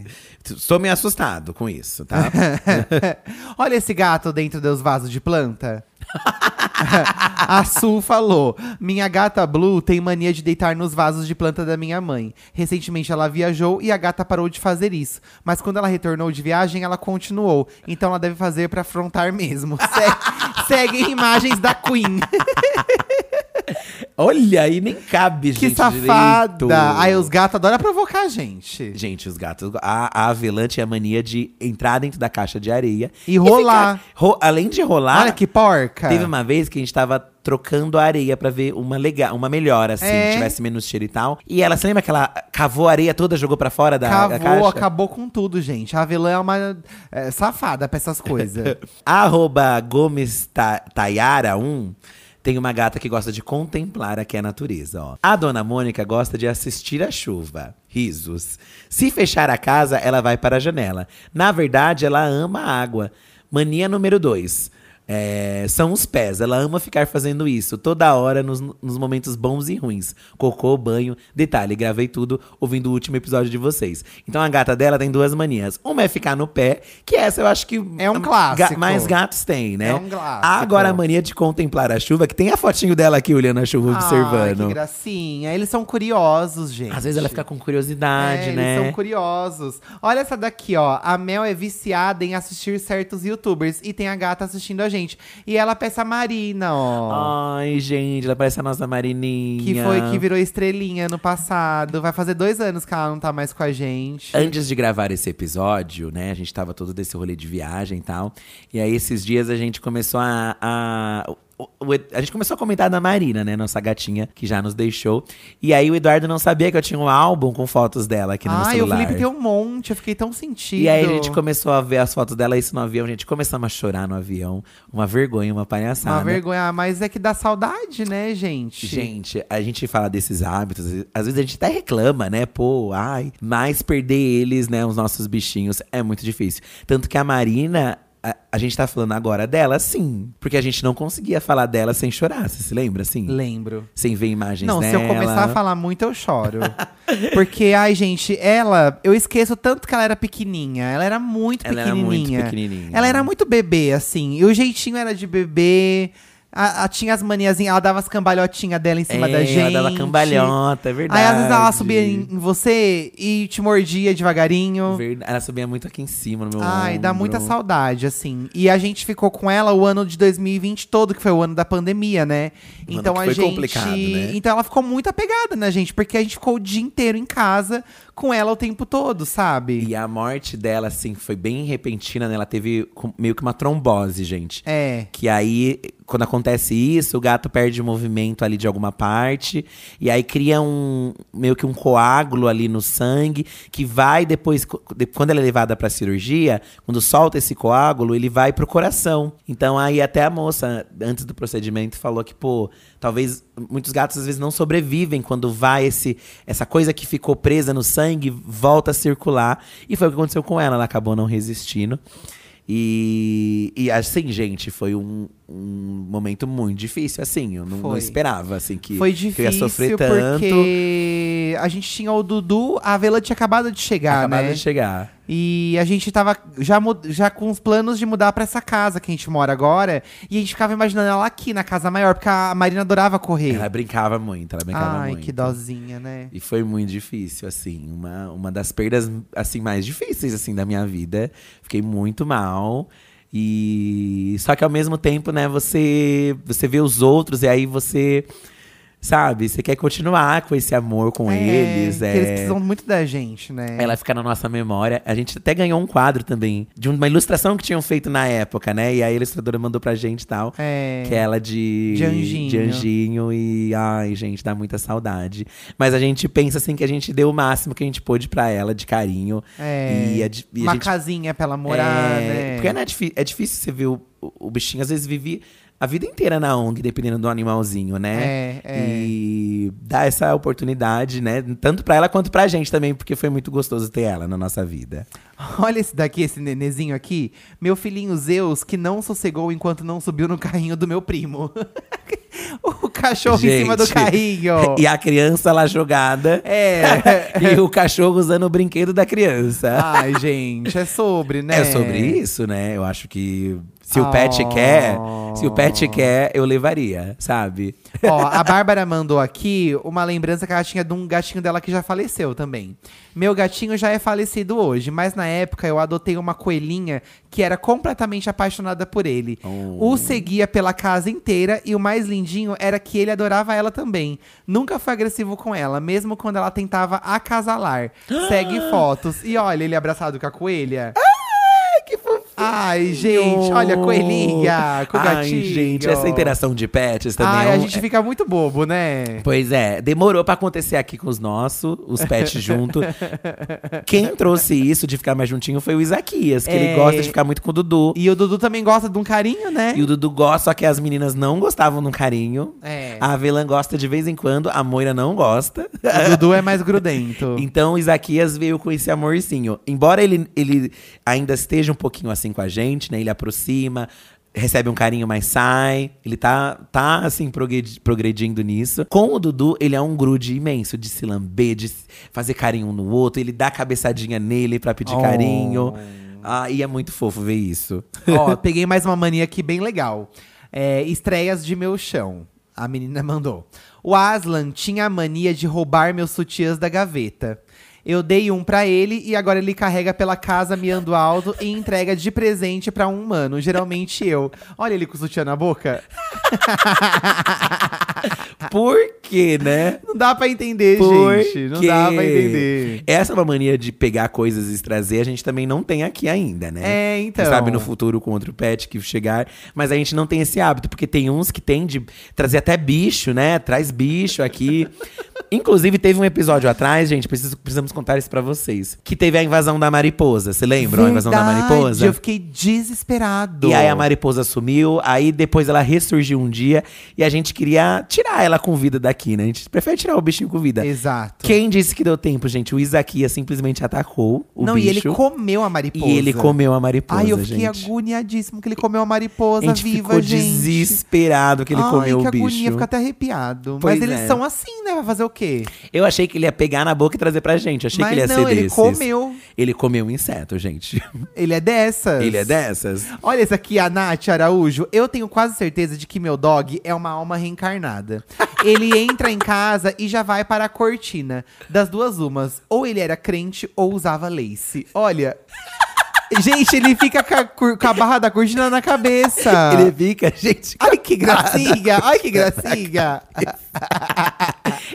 [SPEAKER 2] Estou meio assustado com isso, tá?
[SPEAKER 1] Olha esse gato dentro dos vasos de planta. a Su falou: Minha gata Blue tem mania de deitar nos vasos de planta da minha mãe. Recentemente ela viajou e a gata parou de fazer isso. Mas quando ela retornou de viagem, ela continuou. Então ela deve fazer pra afrontar mesmo. Se- Seguem imagens da Queen.
[SPEAKER 2] Olha, aí nem cabe,
[SPEAKER 1] que
[SPEAKER 2] gente. direito.
[SPEAKER 1] safada! Aí os gatos adoram provocar a gente.
[SPEAKER 2] Gente, os gatos. A, a Avelã tinha a mania de entrar dentro da caixa de areia
[SPEAKER 1] E rolar.
[SPEAKER 2] ficar- ro- além de rolar,
[SPEAKER 1] Olha que porca!
[SPEAKER 2] Ah, Teve uma vez que a gente tava trocando a areia pra ver uma legal, uma melhor, assim,
[SPEAKER 1] É.
[SPEAKER 2] tivesse menos cheiro e tal. E ela, você lembra que ela cavou a areia toda, jogou pra fora da, da
[SPEAKER 1] Acabou,
[SPEAKER 2] caixa?
[SPEAKER 1] acabou com tudo, gente. A Avelã é uma é, safada pra essas coisas.
[SPEAKER 2] Arroba Gomes Ta- Tayara 1 tem uma gata que gosta de contemplar aqui a natureza, ó. A dona Mônica gosta de assistir a chuva. Risos. Se fechar a casa, ela vai para a janela. Na verdade, ela ama a água. Mania número 2. são os pés. Ela ama ficar fazendo isso toda hora nos, nos momentos bons e ruins. Cocô, banho. Detalhe, gravei tudo ouvindo o último episódio de vocês. Então a gata dela tem duas manias. Uma é ficar no pé, que essa eu acho que
[SPEAKER 1] É um
[SPEAKER 2] Ga-
[SPEAKER 1] clássico.
[SPEAKER 2] Mais gatos tem, né?
[SPEAKER 1] É um clássico.
[SPEAKER 2] Agora a mania de contemplar a chuva, que tem a fotinho dela aqui olhando a chuva,
[SPEAKER 1] Ai,
[SPEAKER 2] observando.
[SPEAKER 1] Ah, que gracinha. Eles são curiosos, gente.
[SPEAKER 2] Às vezes ela fica com curiosidade,
[SPEAKER 1] é,
[SPEAKER 2] né?
[SPEAKER 1] Eles são curiosos. Olha essa daqui, ó. A Mel é viciada em assistir certos youtubers e tem a gata assistindo a gente. E ela peça a Marina, ó.
[SPEAKER 2] Ai, gente, ela parece a nossa Marininha.
[SPEAKER 1] que foi que virou estrelinha no passado. Vai fazer dois anos que ela não tá mais com a gente.
[SPEAKER 2] Antes de gravar esse episódio, né, a gente tava todo desse rolê de viagem e tal. E aí, esses dias, a gente começou a. a o- o- a gente começou a comentar da Marina, né? Nossa gatinha, que já nos deixou. E aí o Eduardo não sabia que eu tinha um álbum com fotos dela aqui no meu
[SPEAKER 1] Ai, o
[SPEAKER 2] celular.
[SPEAKER 1] Felipe tem um monte. Eu fiquei tão sentido.
[SPEAKER 2] E aí a gente começou a ver as fotos dela, isso no avião, gente. Começamos a chorar no avião. Uma vergonha, uma palhaçada.
[SPEAKER 1] Uma vergonha, mas é que dá saudade, né, gente?
[SPEAKER 2] né? Gente, a gente fala desses hábitos, às vezes a gente até reclama, né? Pô, ai. Mas perder eles, né? Os nossos bichinhos é muito difícil. Tanto que a Marina. A, a gente tá falando agora dela, sim. Porque a gente não conseguia falar dela sem chorar, você se lembra, assim?
[SPEAKER 1] Lembro.
[SPEAKER 2] sem ver imagens
[SPEAKER 1] Não,
[SPEAKER 2] dela.
[SPEAKER 1] se eu começar a falar muito, eu choro. Porque, ai, gente, ela. Eu esqueço tanto que ela era pequenininha. Ela era muito
[SPEAKER 2] Ela era muito
[SPEAKER 1] pequenininha.
[SPEAKER 2] pequenininha.
[SPEAKER 1] Ela era muito bebê, assim. E o jeitinho era de bebê. A, a- tinha as maniazinhas, ela dava as cambalhotinhas dela em cima
[SPEAKER 2] é,
[SPEAKER 1] da gente.
[SPEAKER 2] Ela dava cambalhota, é verdade.
[SPEAKER 1] Aí às vezes ela subia em, em você e te mordia devagarinho.
[SPEAKER 2] Verda- Ela subia muito aqui em cima no meu
[SPEAKER 1] Ai, dá
[SPEAKER 2] ombro.
[SPEAKER 1] muita saudade, assim. E a gente ficou com ela o ano de 2020 todo, que foi o ano da pandemia, né?
[SPEAKER 2] ano
[SPEAKER 1] Então
[SPEAKER 2] que
[SPEAKER 1] a
[SPEAKER 2] foi
[SPEAKER 1] gente.
[SPEAKER 2] complicado, né?
[SPEAKER 1] Então ela ficou muito apegada na gente, porque a gente ficou o dia inteiro em casa com ela o tempo todo, sabe?
[SPEAKER 2] E a morte dela, assim, foi bem repentina, né? Ela teve com- meio que uma trombose, gente.
[SPEAKER 1] É.
[SPEAKER 2] Que aí, quando acontece isso, o gato perde o movimento ali de alguma parte. E aí cria um meio que um coágulo ali no sangue, que vai depois, co- de- quando ela é levada pra cirurgia, quando solta esse coágulo, ele vai pro coração. Então aí até a moça, antes do procedimento, falou que, pô, talvez muitos gatos às vezes não sobrevivem quando vai esse essa coisa que ficou presa no sangue volta a circular. E foi o que aconteceu com ela, ela acabou não resistindo. E, e assim, gente, foi um, um momento muito difícil, assim. Eu não, não
[SPEAKER 1] Foi.
[SPEAKER 2] esperava, assim, que,
[SPEAKER 1] Foi
[SPEAKER 2] que eu
[SPEAKER 1] difícil Ah, né?
[SPEAKER 2] ia sofrer tanto.
[SPEAKER 1] porque a gente tinha o Dudu, a Vela tinha acabado de chegar,
[SPEAKER 2] Acabado
[SPEAKER 1] né?
[SPEAKER 2] de chegar.
[SPEAKER 1] E a gente tava já, mu- já com os planos de mudar pra essa casa que a gente mora agora. E a gente ficava imaginando ela aqui na casa maior, porque a Marina adorava correr.
[SPEAKER 2] Ela brincava muito, ela brincava
[SPEAKER 1] Ai,
[SPEAKER 2] muito.
[SPEAKER 1] que dozinha, né?
[SPEAKER 2] E foi muito difícil, assim, uma, uma das perdas assim mais difíceis assim da minha vida. Fiquei muito mal. E só que ao mesmo tempo, né, você você vê os outros e aí você sabe, você quer continuar com esse amor com
[SPEAKER 1] É,
[SPEAKER 2] eles,
[SPEAKER 1] que
[SPEAKER 2] é.
[SPEAKER 1] Eles precisam muito da gente, né?
[SPEAKER 2] Ela fica na nossa memória. A gente até ganhou um quadro também de uma ilustração que tinham feito na época, né? E aí a ilustradora mandou pra gente e tal.
[SPEAKER 1] É.
[SPEAKER 2] Que é ela de,
[SPEAKER 1] De anjinho.
[SPEAKER 2] de anjinho E, ai, gente, dá muita saudade. Mas a gente pensa, assim, que a gente deu o máximo que a gente pôde pra ela, de carinho.
[SPEAKER 1] É.
[SPEAKER 2] E a, di- e a
[SPEAKER 1] Uma
[SPEAKER 2] gente-
[SPEAKER 1] casinha pra ela morar,
[SPEAKER 2] é,
[SPEAKER 1] né?
[SPEAKER 2] Porque não é, difí- é difícil você ver o, o- o bichinho. Às vezes vive a vida inteira na ONG, dependendo do animalzinho, né?
[SPEAKER 1] É, é.
[SPEAKER 2] E dá essa oportunidade, né? Tanto pra ela quanto pra gente também. Porque foi muito gostoso ter ela na nossa vida.
[SPEAKER 1] Olha esse daqui, esse nenezinho aqui. Meu filhinho Zeus, que não sossegou enquanto não subiu no carrinho do meu primo. o cachorro em cima do
[SPEAKER 2] Gente,
[SPEAKER 1] carrinho.
[SPEAKER 2] E a criança lá jogada.
[SPEAKER 1] É.
[SPEAKER 2] e o cachorro usando o brinquedo da criança.
[SPEAKER 1] Ai, gente, é sobre, né?
[SPEAKER 2] É sobre isso, né? Eu acho que se o pet
[SPEAKER 1] Oh.
[SPEAKER 2] quer, se o pet quer, eu levaria, sabe?
[SPEAKER 1] Ó, a Bárbara mandou aqui uma lembrança que ela tinha de um gatinho dela que já faleceu também. Meu gatinho já é falecido hoje, mas na época eu adotei uma coelhinha que era completamente apaixonada por ele.
[SPEAKER 2] Oh.
[SPEAKER 1] O seguia pela casa inteira e o mais lindinho era que ele adorava ela também. Nunca foi agressivo com ela, mesmo quando ela tentava acasalar. Segue fotos. E olha ele abraçado com a coelha.
[SPEAKER 2] Que fofinho!
[SPEAKER 1] Ai, É gente, olha a coelhinha com o
[SPEAKER 2] Ai,
[SPEAKER 1] gatinho.
[SPEAKER 2] gente, essa interação de pets também
[SPEAKER 1] Ai,
[SPEAKER 2] é
[SPEAKER 1] a
[SPEAKER 2] um-
[SPEAKER 1] gente fica muito bobo, né?
[SPEAKER 2] Pois é, demorou pra acontecer aqui com os nossos, os pets junto. Quem trouxe isso de ficar mais juntinho foi o Isaquias, que ele
[SPEAKER 1] É.
[SPEAKER 2] gosta de ficar muito com o Dudu.
[SPEAKER 1] E o Dudu também gosta de um carinho, né?
[SPEAKER 2] E o Dudu gosta, só que as meninas não gostavam de um carinho.
[SPEAKER 1] É.
[SPEAKER 2] A Avelã gosta de vez em quando, a Moira não gosta.
[SPEAKER 1] O Dudu é mais grudento.
[SPEAKER 2] Então o Isaquias veio com esse amorzinho. Embora ele, ele ainda esteja um pouquinho assim com a gente, né? Ele aproxima, recebe um carinho, mas sai. Ele tá, tá assim, progredi- progredindo nisso. Com o Dudu, ele é um grude imenso de se lamber, de se- fazer carinho um no outro. Ele dá cabeçadinha nele pra pedir
[SPEAKER 1] Oh.
[SPEAKER 2] carinho. Ah, e é muito fofo ver isso.
[SPEAKER 1] Ó, peguei mais uma mania aqui bem legal. É, estreias de meu chão. A menina mandou. O Aslan tinha a mania de roubar meus sutiãs da gaveta. Eu dei um pra ele e agora ele carrega pela casa miando alto e entrega de presente pra um humano, geralmente eu. Olha ele com o sutiã na boca.
[SPEAKER 2] Por quê, né?
[SPEAKER 1] Não dá pra entender,
[SPEAKER 2] Por
[SPEAKER 1] gente. Não
[SPEAKER 2] quê?
[SPEAKER 1] dá pra entender.
[SPEAKER 2] Essa é uma mania de pegar coisas e trazer, a gente também não tem aqui ainda, né?
[SPEAKER 1] É, então.
[SPEAKER 2] Quem sabe no futuro com outro pet que chegar. Mas a gente não tem esse hábito, porque tem uns que tem de trazer até bicho, né? Traz bicho aqui. Inclusive, teve um episódio atrás, gente, preciso- precisamos contar isso pra vocês. Que teve a invasão da mariposa. Você lembra a invasão da
[SPEAKER 1] Verdade,
[SPEAKER 2] mariposa?
[SPEAKER 1] Eu fiquei desesperado.
[SPEAKER 2] E aí a mariposa sumiu, aí depois ela ressurgiu um dia e a gente queria tirar ela com vida daqui, né? A gente prefere tirar o bichinho com vida.
[SPEAKER 1] Exato.
[SPEAKER 2] Quem disse que deu tempo, gente? O Isaquias simplesmente atacou o
[SPEAKER 1] não,
[SPEAKER 2] bicho.
[SPEAKER 1] e ele comeu a mariposa.
[SPEAKER 2] e ele comeu a mariposa,
[SPEAKER 1] Ai, eu fiquei
[SPEAKER 2] gente.
[SPEAKER 1] agoniadíssimo que ele comeu a mariposa
[SPEAKER 2] a gente
[SPEAKER 1] viva,
[SPEAKER 2] ficou
[SPEAKER 1] gente.
[SPEAKER 2] desesperado que ele
[SPEAKER 1] Ai,
[SPEAKER 2] comeu
[SPEAKER 1] que
[SPEAKER 2] o bicho.
[SPEAKER 1] agonia, fica até arrepiado.
[SPEAKER 2] Pois
[SPEAKER 1] Mas eles
[SPEAKER 2] é.
[SPEAKER 1] são assim, né? Vai fazer o quê?
[SPEAKER 2] Eu achei que ele ia pegar na boca e trazer pra gente. Achei
[SPEAKER 1] Mas
[SPEAKER 2] que ele ia
[SPEAKER 1] não,
[SPEAKER 2] ser
[SPEAKER 1] ele
[SPEAKER 2] desses.
[SPEAKER 1] comeu.
[SPEAKER 2] Ele comeu um inseto, gente.
[SPEAKER 1] Ele é dessas.
[SPEAKER 2] ele é dessas.
[SPEAKER 1] Olha esse aqui, a Nath Araújo. Eu tenho quase certeza de que meu dog é uma alma reencarnada. ele entra em casa e já vai para a cortina. Das duas umas, ou ele era crente ou usava lace. Olha. Gente, ele fica com a, cor- com a barra da cortina na cabeça.
[SPEAKER 2] Ele é fica, gente.
[SPEAKER 1] Ai, que gracinha! Ai, que gracinha!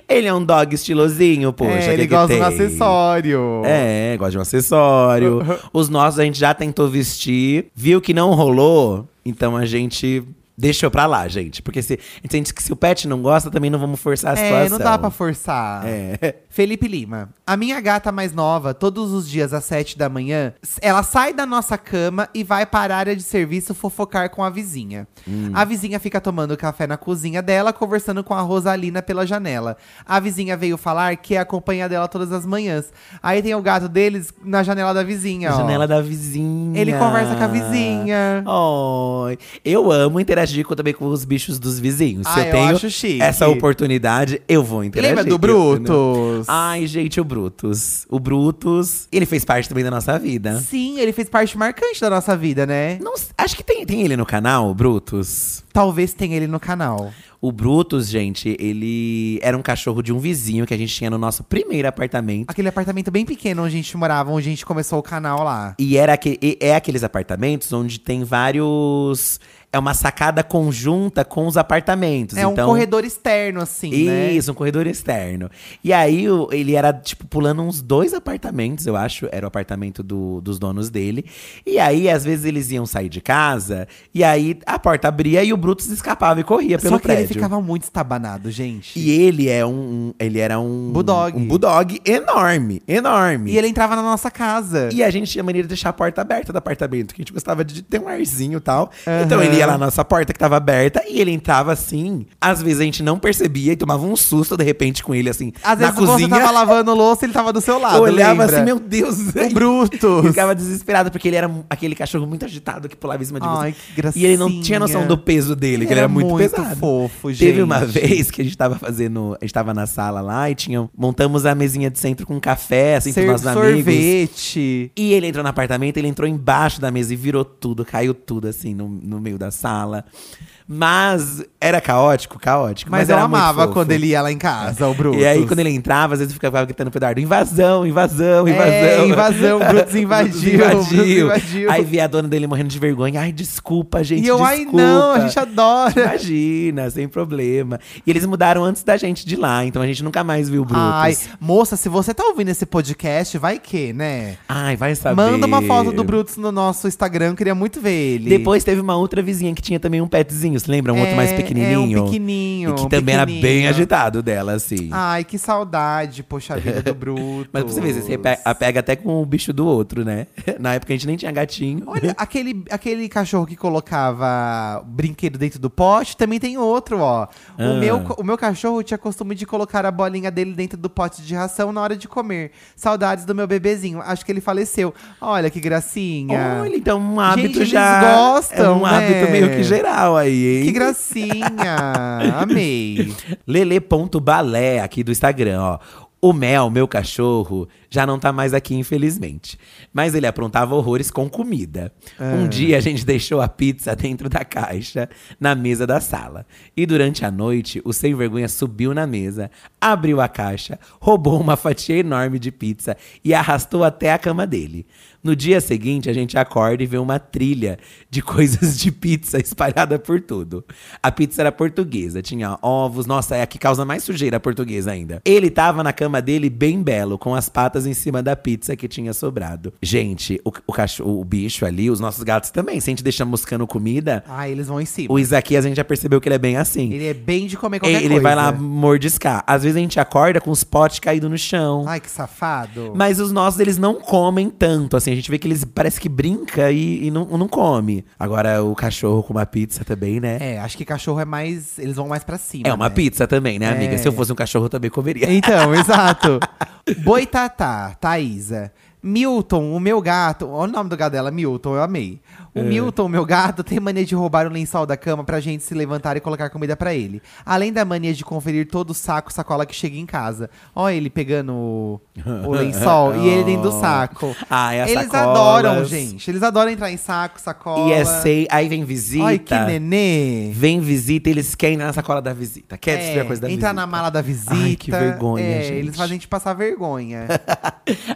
[SPEAKER 2] Ele é um dog estilosinho, poxa.
[SPEAKER 1] é, ele
[SPEAKER 2] que que
[SPEAKER 1] gosta de um
[SPEAKER 2] tem?
[SPEAKER 1] acessório.
[SPEAKER 2] É, gosta de um acessório. Os nossos a gente já tentou vestir, viu que não rolou, então a gente deixou pra lá, gente. Porque se, a gente sente que se o pet não gosta, também não vamos forçar a
[SPEAKER 1] É,
[SPEAKER 2] situação.
[SPEAKER 1] não dá pra forçar.
[SPEAKER 2] É.
[SPEAKER 1] Felipe Lima. A minha gata mais nova, todos os dias às 7 da manhã, s- ela sai da nossa cama e vai para a área de serviço fofocar com a vizinha.
[SPEAKER 2] Hum.
[SPEAKER 1] A vizinha fica tomando café na cozinha dela, conversando com a Rosalina pela janela. A vizinha veio falar que é a companhia dela todas as manhãs. Aí tem o gato deles na janela da vizinha, ó.
[SPEAKER 2] Janela da vizinha.
[SPEAKER 1] Ele conversa com a vizinha.
[SPEAKER 2] Ai, eu amo interagir interagico também com os bichos dos vizinhos. Se
[SPEAKER 1] Ah,
[SPEAKER 2] eu,
[SPEAKER 1] eu
[SPEAKER 2] tenho
[SPEAKER 1] acho chique.
[SPEAKER 2] essa oportunidade, eu vou interagir.
[SPEAKER 1] Lembra do
[SPEAKER 2] entendeu?
[SPEAKER 1] Brutus?
[SPEAKER 2] é né? Ai, gente, o Brutus. O Brutus, ele fez parte também da nossa vida.
[SPEAKER 1] Sim, ele fez parte marcante da nossa vida, né?
[SPEAKER 2] Não s- acho que tem, tem ele no canal, o Brutus.
[SPEAKER 1] Talvez tenha ele no canal.
[SPEAKER 2] O Brutus, gente, ele era um cachorro de um vizinho que a gente tinha no nosso primeiro apartamento.
[SPEAKER 1] Aquele apartamento bem pequeno onde a gente morava, onde a gente começou o canal lá.
[SPEAKER 2] E era aque- e é aqueles apartamentos onde tem vários. É uma sacada conjunta com os apartamentos.
[SPEAKER 1] É um
[SPEAKER 2] então,
[SPEAKER 1] corredor externo, assim, né?
[SPEAKER 2] Isso, um corredor externo. E aí o- ele era, tipo, pulando uns dois apartamentos, eu acho. Era o apartamento do- dos donos dele. E aí, às vezes, eles iam sair de casa, e aí a porta abria e o Brutus escapava e corria é pelo
[SPEAKER 1] Só que
[SPEAKER 2] prédio.
[SPEAKER 1] ele ficava muito estabanado, gente.
[SPEAKER 2] E ele é um. um- Ele era um.
[SPEAKER 1] Bulldog.
[SPEAKER 2] Um bulldog enorme, enorme.
[SPEAKER 1] E ele entrava na nossa casa.
[SPEAKER 2] E a gente tinha maneira de deixar a porta aberta do apartamento, que a gente gostava de ter um arzinho e tal. Então ele ia lá na nossa porta que tava aberta e ele entrava assim. Às vezes a gente não percebia e tomava um susto de repente com ele, assim,
[SPEAKER 1] Às
[SPEAKER 2] na
[SPEAKER 1] vezes
[SPEAKER 2] cozinha.
[SPEAKER 1] você tava lavando louça, ele tava do seu lado,
[SPEAKER 2] eu olhava
[SPEAKER 1] lembra?
[SPEAKER 2] assim, meu Deus.
[SPEAKER 1] O Brutus.
[SPEAKER 2] Eu ficava desesperado, porque ele era um- aquele cachorro muito agitado que pulava em cima de
[SPEAKER 1] Ai,
[SPEAKER 2] você.
[SPEAKER 1] que gracinha.
[SPEAKER 2] E ele não tinha noção do peso dele, que ele era muito, pesado.
[SPEAKER 1] fofo, gente.
[SPEAKER 2] Teve uma vez que a gente tava fazendo. A gente tava na sala lá e tinha, montamos a mesinha de centro com café, assim,
[SPEAKER 1] Ser
[SPEAKER 2] pros nossos amigos.
[SPEAKER 1] sorvete.
[SPEAKER 2] E ele entrou no apartamento, ele entrou embaixo da mesa e virou tudo, caiu tudo assim no, no meio da sala. Mas era caótico, caótico.
[SPEAKER 1] Mas,
[SPEAKER 2] Mas,
[SPEAKER 1] eu
[SPEAKER 2] era muito
[SPEAKER 1] amava
[SPEAKER 2] fofo.
[SPEAKER 1] quando ele ia lá em casa, o Brutus.
[SPEAKER 2] E aí, quando ele entrava, às vezes ficava gritando pro Eduardo: invasão, invasão, invasão.
[SPEAKER 1] É, invasão, Brutus invadiu, Brutus
[SPEAKER 2] invadiu.
[SPEAKER 1] invadiu.
[SPEAKER 2] Aí via a dona dele morrendo de vergonha. Ai, desculpa, gente.
[SPEAKER 1] e eu,
[SPEAKER 2] desculpa.
[SPEAKER 1] ai não, a gente adora.
[SPEAKER 2] Imagina, sem problema. E eles mudaram antes da gente de lá, então a gente nunca mais viu o Brutus.
[SPEAKER 1] Ai,
[SPEAKER 2] Ai,
[SPEAKER 1] moça, se você tá ouvindo esse podcast, vai que, né?
[SPEAKER 2] vai saber.
[SPEAKER 1] Manda uma foto do Brutus no nosso Instagram, queria muito ver ele.
[SPEAKER 2] Depois teve uma outra vizinha que tinha também um petzinho, se lembra? Um outro mais
[SPEAKER 1] É,
[SPEAKER 2] pequenininho.
[SPEAKER 1] É, um pequenininho.
[SPEAKER 2] E que
[SPEAKER 1] um
[SPEAKER 2] também era bem
[SPEAKER 1] pequenininho. Ah,
[SPEAKER 2] agitado dela, assim.
[SPEAKER 1] Ai, que saudade, poxa vida do Brutus.
[SPEAKER 2] Mas pra você ver, você se ape- apega até com o bicho do outro, né? Na época a gente nem tinha gatinho.
[SPEAKER 1] Olha, aquele, aquele cachorro que colocava brinquedo dentro do pote, também tem outro, ó.
[SPEAKER 2] Ah.
[SPEAKER 1] O, meu, co- o meu cachorro tinha costume de colocar a bolinha dele dentro do pote de ração na hora de comer. Saudades do meu bebezinho. Acho que ele faleceu. Olha que gracinha.
[SPEAKER 2] Olha, então um hábito
[SPEAKER 1] eles
[SPEAKER 2] já. é
[SPEAKER 1] gostam,
[SPEAKER 2] um
[SPEAKER 1] né?
[SPEAKER 2] hábito meio que geral aí, hein?
[SPEAKER 1] Que gracinha. Amei.
[SPEAKER 2] Lele.balé aqui do Instagram, ó. O Mel, meu cachorro, já não tá mais aqui, infelizmente. Mas ele aprontava horrores com comida. Um dia a gente deixou a pizza dentro da caixa, na mesa da sala. E durante a noite, o sem vergonha subiu na mesa, abriu a caixa, roubou uma fatia enorme de pizza e arrastou até a cama dele. No dia seguinte, a gente acorda e vê uma trilha de coisas de pizza espalhada por tudo. A pizza era portuguesa, tinha ovos, nossa, é a que causa mais sujeira a portuguesa ainda. Ele tava na cama dele bem belo, com as patas em cima da pizza que tinha sobrado. Gente, o, o cachorro, o bicho ali, os nossos gatos também. Se a gente deixar moscando comida,
[SPEAKER 1] Ah, eles vão em cima.
[SPEAKER 2] o Isaquias a gente já percebeu que ele é bem assim.
[SPEAKER 1] Ele é bem de comer qualquer
[SPEAKER 2] Ele,
[SPEAKER 1] coisa.
[SPEAKER 2] vai lá mordiscar. Às vezes a gente acorda com os potes caídos no chão.
[SPEAKER 1] Ai, que safado.
[SPEAKER 2] Tipo, Mas os nossos, eles não comem tanto, assim. A gente vê que eles parece que brinca e, e não, não come. Agora, o cachorro com uma pizza também, né?
[SPEAKER 1] É, acho que cachorro é mais. Eles vão mais pra cima.
[SPEAKER 2] É, uma
[SPEAKER 1] né?
[SPEAKER 2] pizza também, né, amiga?
[SPEAKER 1] É.
[SPEAKER 2] Se eu fosse um cachorro, eu também comeria.
[SPEAKER 1] Então, exato. Boitatá, Thaísa. Milton, o meu gato. Olha o nome do gato dela, Milton, eu amei. O
[SPEAKER 2] É.
[SPEAKER 1] Milton, meu gato, tem mania de roubar o lençol da cama pra gente se levantar e colocar comida pra ele. Além da mania de conferir todo o saco, sacola que chega em casa. Olha ele pegando o, o lençol e ele dentro do saco.
[SPEAKER 2] Ah, é as
[SPEAKER 1] Eles
[SPEAKER 2] sacolas.
[SPEAKER 1] adoram, gente. Eles adoram entrar em saco, sacola.
[SPEAKER 2] E é sei. Aí vem visita.
[SPEAKER 1] Olha que nenê.
[SPEAKER 2] Vem visita, eles querem na sacola da visita.
[SPEAKER 1] É,
[SPEAKER 2] Quer destruir a coisa da
[SPEAKER 1] entrar
[SPEAKER 2] visita.
[SPEAKER 1] na mala da visita.
[SPEAKER 2] Ai, que vergonha,
[SPEAKER 1] É,
[SPEAKER 2] gente.
[SPEAKER 1] Eles fazem te passar vergonha.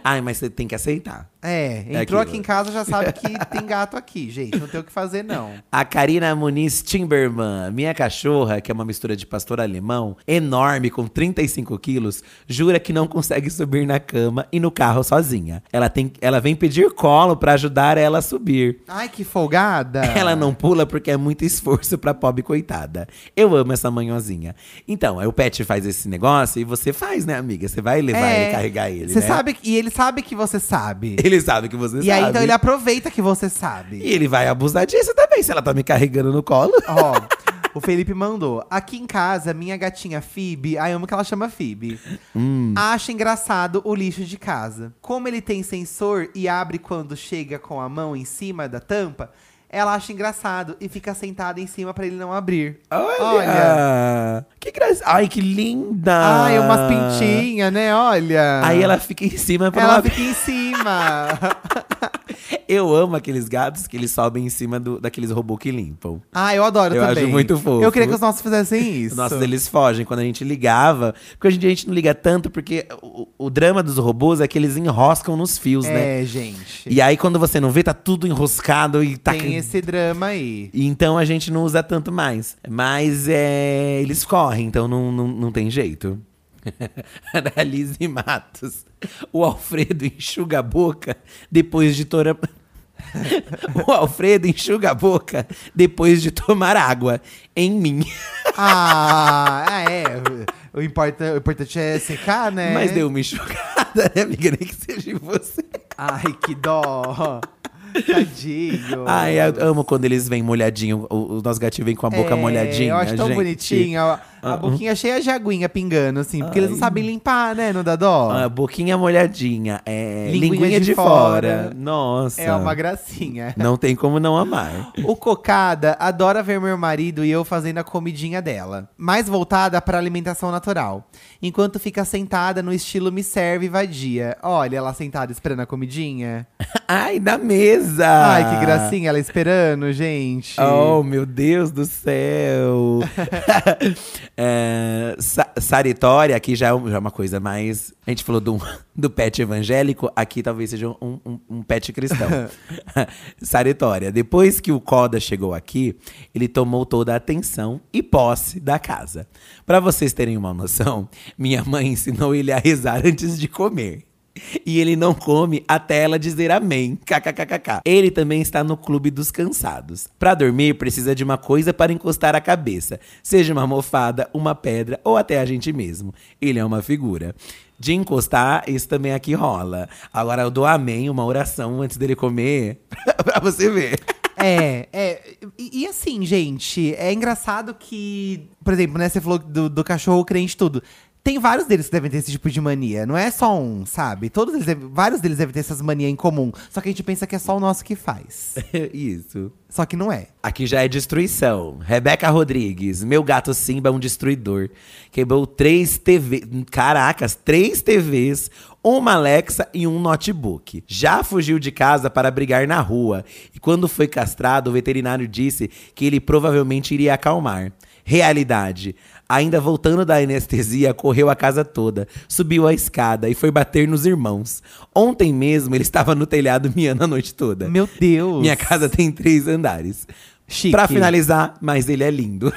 [SPEAKER 2] Ai, mas você tem que aceitar.
[SPEAKER 1] É,
[SPEAKER 2] É
[SPEAKER 1] entrou
[SPEAKER 2] aquilo.
[SPEAKER 1] aqui em casa já sabe que tem gato aqui, gente. Não tem o que fazer, não.
[SPEAKER 2] A Karina Muniz Timberman, minha cachorra, que é uma mistura de pastor alemão, enorme, com 35 quilos, jura que não consegue subir na cama e no carro sozinha. Ela, tem, ela vem pedir colo pra ajudar ela a subir.
[SPEAKER 1] Ai, que folgada!
[SPEAKER 2] Ela não pula porque é muito esforço pra pobre coitada. Eu amo essa manhozinha. Então, aí o pet faz esse negócio e você faz, né, amiga? Você vai levar
[SPEAKER 1] É,
[SPEAKER 2] ele, carregar ele,
[SPEAKER 1] Você
[SPEAKER 2] né?
[SPEAKER 1] sabe que- e ele sabe que você sabe.
[SPEAKER 2] Ele sabe que você
[SPEAKER 1] e
[SPEAKER 2] sabe.
[SPEAKER 1] aí então ele aproveita que você sabe.
[SPEAKER 2] E ele vai abusar disso também, se ela tá me carregando no colo.
[SPEAKER 1] Ó, o Felipe mandou. Aqui em casa, minha gatinha Phoebe, ai, eu amo que ela chama Phoebe.
[SPEAKER 2] Hum.
[SPEAKER 1] Acha engraçado o lixo de casa. Como ele tem sensor e abre quando chega com a mão em cima da tampa, Ela acha engraçado e fica sentada em cima pra ele não abrir.
[SPEAKER 2] Olha! Que graça. Ai, que linda!
[SPEAKER 1] Ai, umas pintinhas, né? Olha.
[SPEAKER 2] Ah. Aí ela fica em cima pra
[SPEAKER 1] Ela
[SPEAKER 2] não
[SPEAKER 1] fica em cima.
[SPEAKER 2] Eu amo aqueles gatos que eles sobem em cima do, daqueles robôs que limpam.
[SPEAKER 1] ah, eu adoro
[SPEAKER 2] Eu acho
[SPEAKER 1] também.
[SPEAKER 2] muito fofo.
[SPEAKER 1] Eu queria que os nossos fizessem isso.
[SPEAKER 2] Nossa, eles fogem quando a gente ligava. Porque hoje em dia a gente não liga tanto, porque o, o drama dos robôs é que eles enroscam nos fios, né?
[SPEAKER 1] É, gente.
[SPEAKER 2] E aí, quando você não vê, tá tudo enroscado e tá.
[SPEAKER 1] Tem esse drama aí.
[SPEAKER 2] E Então a gente não usa tanto mais. Mas é, eles correm, então não, não, não tem jeito. Analise Matos. O Alfredo enxuga a boca depois de tora. o Alfredo enxuga a boca depois de tomar água em mim.
[SPEAKER 1] Ah, é. O, importa, o importante é secar, né?
[SPEAKER 2] Mas deu uma enxugada, né, amiga? Nem que seja em você.
[SPEAKER 1] Ai, que dó. Tadinho.
[SPEAKER 2] Ai, eu amo quando eles vêm molhadinho. O, o nosso gatinho vem com a boca
[SPEAKER 1] É,
[SPEAKER 2] molhadinha.
[SPEAKER 1] Eu acho tão
[SPEAKER 2] gente. Ah,
[SPEAKER 1] bonitinho. A, a boquinha cheia de aguinha pingando, assim. Porque eles não sabem limpar, né? Não dá dó.
[SPEAKER 2] Ah, boquinha molhadinha, é,
[SPEAKER 1] Linguinha
[SPEAKER 2] linguinha,
[SPEAKER 1] de
[SPEAKER 2] de, fora.
[SPEAKER 1] fora.
[SPEAKER 2] Nossa.
[SPEAKER 1] é uma gracinha.
[SPEAKER 2] Não tem como não amar.
[SPEAKER 1] O Cocada adora ver meu marido e eu fazendo a comidinha dela, mais voltada para alimentação natural, enquanto fica sentada no estilo me serve vadia. Olha ela sentada esperando a comidinha.
[SPEAKER 2] Ai, na mesa!
[SPEAKER 1] Ai, que gracinha ela esperando, gente.
[SPEAKER 2] Ah. Oh, meu Deus do céu! é, sa- saritória, aqui já é, um- já é uma coisa mais. A gente falou do, do pet evangélico, aqui talvez seja um, um- um pet cristão. saritória, depois que o Coda chegou aqui, ele tomou toda a atenção e posse da casa. Pra vocês terem uma noção, minha mãe ensinou ele a rezar antes de comer. E ele não come até ela dizer amém. KKKKK. Ele também está no clube dos cansados. Pra dormir, precisa de uma coisa para encostar a cabeça, seja uma almofada, uma pedra ou até a gente mesmo. Ele é uma figura. De encostar, isso também aqui rola. Agora eu dou amém, uma oração antes dele comer, pra você ver.
[SPEAKER 1] É, é. E, e assim, gente, é engraçado que, por exemplo, né, você falou do, do cachorro crente tudo. Tem vários deles que devem ter esse tipo de mania, não é só um, sabe? Todos eles, devem- vários deles devem ter essas manias em comum. Só que a gente pensa que é só o nosso que faz.
[SPEAKER 2] isso.
[SPEAKER 1] Só que não é.
[SPEAKER 2] Aqui já é destruição. Rebeca Rodrigues, meu gato Simba é um destruidor. Quebrou três TV, caracas, três TVs, uma Alexa e um notebook. Já fugiu de casa para brigar na rua. E quando foi castrado, o veterinário disse que ele provavelmente iria acalmar. Realidade. Ainda voltando da anestesia, correu a casa toda, subiu a escada e foi bater nos irmãos. Ontem mesmo ele estava no telhado miando a noite toda.
[SPEAKER 1] Meu Deus.
[SPEAKER 2] Minha casa tem três andares.
[SPEAKER 1] Chique.
[SPEAKER 2] Pra finalizar, mas ele é lindo.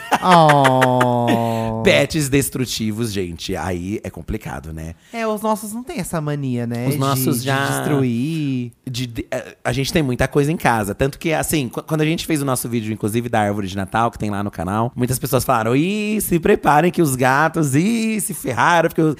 [SPEAKER 1] Oh.
[SPEAKER 2] Pets destrutivos, gente. Aí é complicado, né?
[SPEAKER 1] É, os nossos não tem essa mania, né?
[SPEAKER 2] Os
[SPEAKER 1] de-
[SPEAKER 2] nossos
[SPEAKER 1] de
[SPEAKER 2] já-
[SPEAKER 1] destruir.
[SPEAKER 2] de- de- eh, a gente tem muita coisa em casa. Tanto que, assim, qu- quando a gente fez o nosso vídeo, inclusive, da árvore de Natal, que tem lá no canal, muitas pessoas falaram: ih, se preparem que os gatos, ih, se ferraram. Porque os-"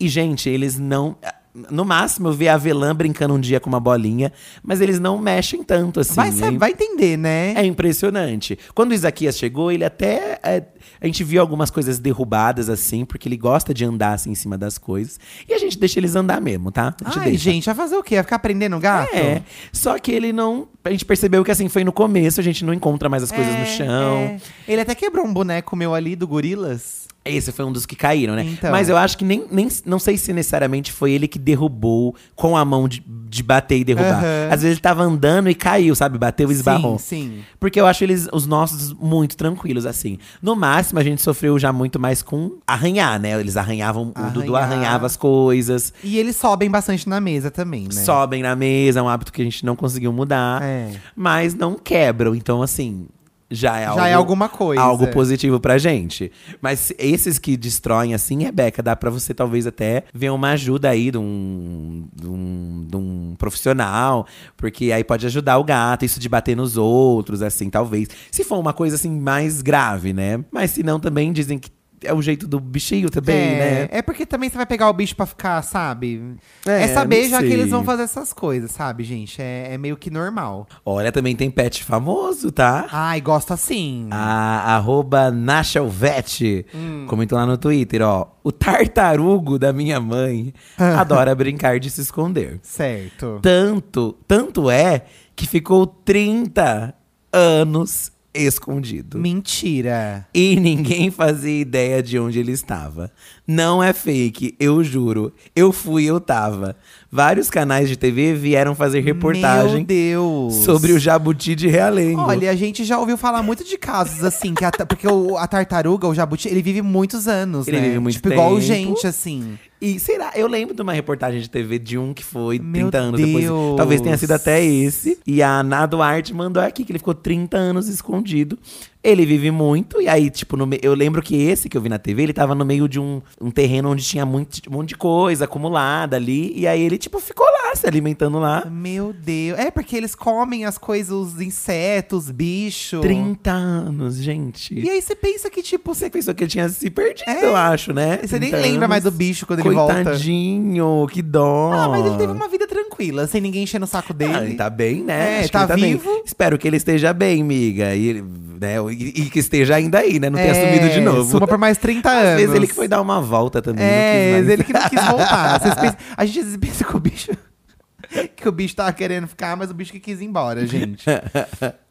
[SPEAKER 2] E, gente, eles não. eh, No máximo, eu vi a Avelã brincando um dia com uma bolinha, mas eles não mexem tanto assim.
[SPEAKER 1] vai, sa-
[SPEAKER 2] hein?
[SPEAKER 1] vai entender, né?
[SPEAKER 2] É impressionante. Quando o Isaquias chegou, ele até. é, a gente viu algumas coisas derrubadas assim, porque ele gosta de andar assim em cima das coisas. E a gente deixa eles andar mesmo, tá? A gente
[SPEAKER 1] Ai,
[SPEAKER 2] deixa.
[SPEAKER 1] gente, vai fazer o quê? Vai ficar prendendo o gato?
[SPEAKER 2] É. Só que ele não. A gente percebeu que assim foi no começo, a gente não encontra mais as coisas
[SPEAKER 1] É,
[SPEAKER 2] no chão.
[SPEAKER 1] é. Ele até quebrou um boneco meu ali do gorilas.
[SPEAKER 2] Esse foi um dos que caíram, né?
[SPEAKER 1] Então.
[SPEAKER 2] Mas eu acho que nem, nem. Não sei se necessariamente foi ele que derrubou com a mão de, de bater e derrubar.
[SPEAKER 1] Aham.
[SPEAKER 2] Às vezes ele tava andando e caiu, sabe? Bateu e esbarrou.
[SPEAKER 1] Sim, sim.
[SPEAKER 2] Porque eu acho eles, os nossos, muito tranquilos, assim. No máximo, a gente sofreu já muito mais com arranhar, né? Eles arranhavam, o Dudu
[SPEAKER 1] Arranhar.
[SPEAKER 2] arranhava as coisas,
[SPEAKER 1] E eles sobem bastante na mesa também, né?
[SPEAKER 2] sobem na mesa, é um hábito que a gente não conseguiu mudar.
[SPEAKER 1] É.
[SPEAKER 2] Mas não quebram, então assim, já é algo…
[SPEAKER 1] Já é alguma coisa.
[SPEAKER 2] Algo positivo pra gente. Mas esses que destroem, assim, Rebeca, dá pra você talvez até ver uma ajuda aí de um, de um, de um profissional, porque aí pode ajudar o gato, isso de bater nos outros, assim, talvez. Se for uma coisa, assim, mais grave, né? Mas se não, também dizem que é o jeito do bichinho também,
[SPEAKER 1] é,
[SPEAKER 2] né?
[SPEAKER 1] é porque também você vai pegar o bicho pra ficar, sabe? É,
[SPEAKER 2] É,
[SPEAKER 1] saber
[SPEAKER 2] não
[SPEAKER 1] já que
[SPEAKER 2] sei.
[SPEAKER 1] eles vão fazer essas coisas, sabe, gente? É, é meio que normal.
[SPEAKER 2] Olha, também tem pet famoso, tá?
[SPEAKER 1] Ai, gosto assim.
[SPEAKER 2] Ah. A arroba Nachelvete
[SPEAKER 1] Hum.
[SPEAKER 2] comentou lá no Twitter, ó. O tartarugo da minha mãe adora brincar de se esconder.
[SPEAKER 1] Certo.
[SPEAKER 2] Tanto, tanto é que ficou 30 anos escondido.
[SPEAKER 1] Mentira.
[SPEAKER 2] E ninguém fazia ideia de onde ele estava. Não é fake, eu juro. Eu fui, eu tava. Vários canais de TV vieram fazer reportagem
[SPEAKER 1] Meu Deus.
[SPEAKER 2] sobre o jabuti de Realengo.
[SPEAKER 1] Olha, a gente já ouviu falar muito de casos assim, que a ta- porque o- a tartaruga, o jabuti, ele vive muitos anos,
[SPEAKER 2] Ele
[SPEAKER 1] né?
[SPEAKER 2] vive muito
[SPEAKER 1] tipo, igual
[SPEAKER 2] tempo.
[SPEAKER 1] gente, assim.
[SPEAKER 2] E será? Eu lembro de uma reportagem de TV de um que foi
[SPEAKER 1] Meu
[SPEAKER 2] 30 anos
[SPEAKER 1] Deus.
[SPEAKER 2] depois. Talvez tenha sido até esse. E a Ana Duarte mandou aqui que ele ficou 30 anos escondido. Ele vive muito. E aí, tipo, no me- eu lembro que esse que eu vi na TV, ele tava no meio de um, um terreno onde tinha muito, um monte de coisa acumulada ali. E aí ele, tipo, ficou lá, se alimentando lá.
[SPEAKER 1] Meu Deus. É, porque eles comem as coisas, os insetos, bicho.
[SPEAKER 2] 30 anos, gente.
[SPEAKER 1] E aí você pensa que, tipo,
[SPEAKER 2] Você
[SPEAKER 1] você.
[SPEAKER 2] pensou que ele tinha se perdido,
[SPEAKER 1] É.
[SPEAKER 2] eu acho, né?
[SPEAKER 1] Você nem
[SPEAKER 2] 30
[SPEAKER 1] lembra mais do
[SPEAKER 2] anos.
[SPEAKER 1] bicho quando ele volta.
[SPEAKER 2] Coitadinho, que dó.
[SPEAKER 1] Ah, mas ele teve uma vida tranquila, sem ninguém encher no saco dele.
[SPEAKER 2] Ah, ele tá bem, né?
[SPEAKER 1] É,
[SPEAKER 2] Acho que
[SPEAKER 1] tá
[SPEAKER 2] ele bem.
[SPEAKER 1] vivo.
[SPEAKER 2] Espero que ele esteja bem, miga. E, ele, né, e- e que esteja ainda aí, né? Não
[SPEAKER 1] É,
[SPEAKER 2] tenha sumido de novo.
[SPEAKER 1] Suma por mais 30 anos.
[SPEAKER 2] Às vezes ele que foi dar uma volta também.
[SPEAKER 1] É,
[SPEAKER 2] não quis mais.
[SPEAKER 1] ele que não quis voltar. Vocês pensam- a gente às vezes pensa que o bicho. que o bicho tava querendo ficar, mas o bicho que quis ir embora,
[SPEAKER 2] É,
[SPEAKER 1] gente.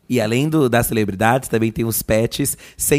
[SPEAKER 2] E além do, das celebridades, também tem os pets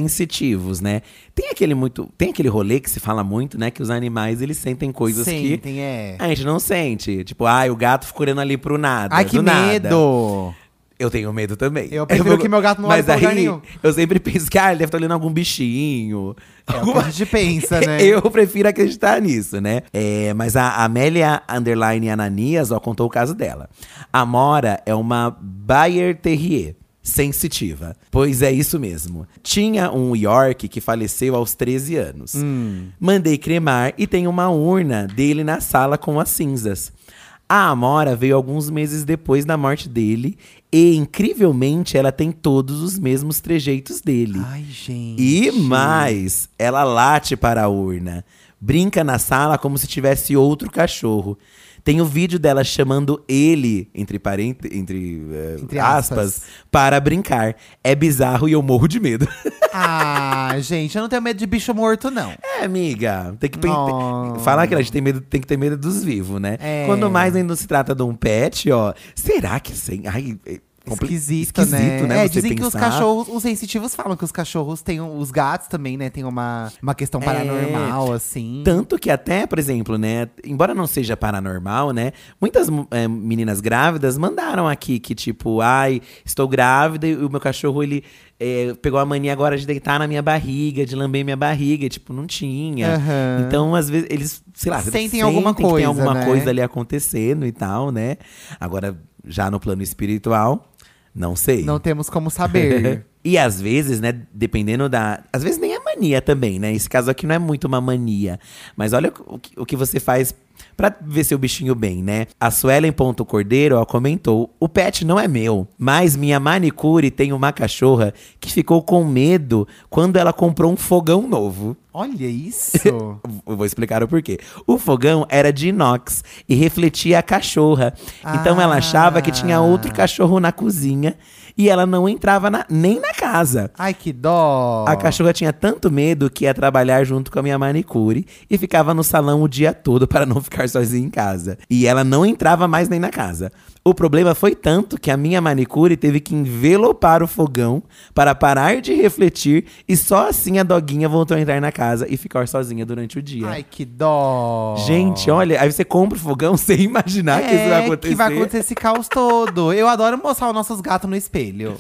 [SPEAKER 2] sensitivos, né? Tem aquele muito, tem aquele rolê que se fala muito, né? Que os animais eles sentem coisas
[SPEAKER 1] Sentem,
[SPEAKER 2] que
[SPEAKER 1] é.
[SPEAKER 2] a gente não sente. Tipo, ai, o gato ficou olhando ali pro nada.
[SPEAKER 1] Ai, que
[SPEAKER 2] do nada.
[SPEAKER 1] É medo!
[SPEAKER 2] Eu tenho medo também.
[SPEAKER 1] Eu prefiro
[SPEAKER 2] fico-
[SPEAKER 1] que meu gato não olhe
[SPEAKER 2] Mas
[SPEAKER 1] pra
[SPEAKER 2] aí,
[SPEAKER 1] lugar nenhum.
[SPEAKER 2] Eu sempre penso que, ah, ele deve estar olhando algum bichinho.
[SPEAKER 1] É o que
[SPEAKER 2] alguma-
[SPEAKER 1] a gente pensa, né?
[SPEAKER 2] Eu prefiro acreditar nisso, né? É, mas a Amélia Underline Ananias, ó, contou o caso dela. A Mora é uma Bayer Terrier. Sensitiva. Pois é isso mesmo. Tinha um York que faleceu aos 13 anos. Mandei cremar e tem uma urna dele na sala com as cinzas. A Amora veio alguns meses depois da morte dele e, incrivelmente, ela tem todos os mesmos trejeitos dele.
[SPEAKER 1] Ai, gente.
[SPEAKER 2] E mais, ela late para a urna. Brinca na sala como se tivesse outro cachorro. Tem o vídeo dela chamando ele, entre, parente, entre, eh,
[SPEAKER 1] Entre aspas.
[SPEAKER 2] aspas, para brincar. É bizarro e eu morro de medo.
[SPEAKER 1] Ah, gente, eu não tenho medo de bicho morto, não.
[SPEAKER 2] é, amiga, tem que pen-
[SPEAKER 1] Oh.
[SPEAKER 2] falar que a gente tem medo, tem que ter medo dos vivos, né?
[SPEAKER 1] É.
[SPEAKER 2] Quando mais ainda se trata de um pet, ó. Será que sem? Ai, é compli-
[SPEAKER 1] Esquisito, né?
[SPEAKER 2] esquisito, né?
[SPEAKER 1] É,
[SPEAKER 2] você
[SPEAKER 1] dizem que os
[SPEAKER 2] pensar.
[SPEAKER 1] cachorros, os sensitivos falam que os cachorros têm, um- os gatos também, né? Tem uma, uma questão
[SPEAKER 2] É.
[SPEAKER 1] paranormal, assim.
[SPEAKER 2] Tanto que até, por exemplo, né, embora não seja paranormal, né, muitas mu- eh, meninas grávidas mandaram aqui que tipo, ai, estou grávida e o meu cachorro, ele eh, pegou a mania agora de deitar na minha barriga, de lamber minha barriga, e, tipo, não tinha.
[SPEAKER 1] Aham.
[SPEAKER 2] Então, às vezes, eles, sei lá,
[SPEAKER 1] Sentem alguma
[SPEAKER 2] que tem
[SPEAKER 1] coisa,
[SPEAKER 2] alguma
[SPEAKER 1] né?
[SPEAKER 2] coisa ali acontecendo e tal, né. Agora, já no plano espiritual, não sei.
[SPEAKER 1] Não temos como saber.
[SPEAKER 2] E às vezes, né, dependendo da. Às vezes nem é mania também, né? Esse caso aqui não é muito uma mania. Mas olha o que, o que você faz pra ver seu bichinho bem, né? A Suelen.cordeiro, ó, comentou: o pet não é meu, mas minha manicure tem uma cachorra que ficou com medo quando ela comprou um fogão novo.
[SPEAKER 1] Olha isso!
[SPEAKER 2] Eu vou explicar o porquê. O fogão era de inox e refletia a cachorra. Então ela
[SPEAKER 1] Ah.
[SPEAKER 2] achava que tinha outro cachorro na cozinha e ela não entrava na- nem na casa.
[SPEAKER 1] Ai, que dó!
[SPEAKER 2] A cachorra tinha tanto medo que ia trabalhar junto com a minha manicure e ficava no salão o dia todo para não ficar sozinha em casa. E ela não entrava mais nem na casa. O problema foi tanto que a minha manicure teve que envelopar o fogão para parar de refletir e só assim a doguinha voltou a entrar na casa e ficar sozinha durante o dia.
[SPEAKER 1] Ai, que dó!
[SPEAKER 2] Gente, olha, aí você compra o fogão sem imaginar que isso vai
[SPEAKER 1] É,
[SPEAKER 2] acontecer.
[SPEAKER 1] que vai acontecer esse caos todo. Eu adoro mostrar os nossos gatos no espelho.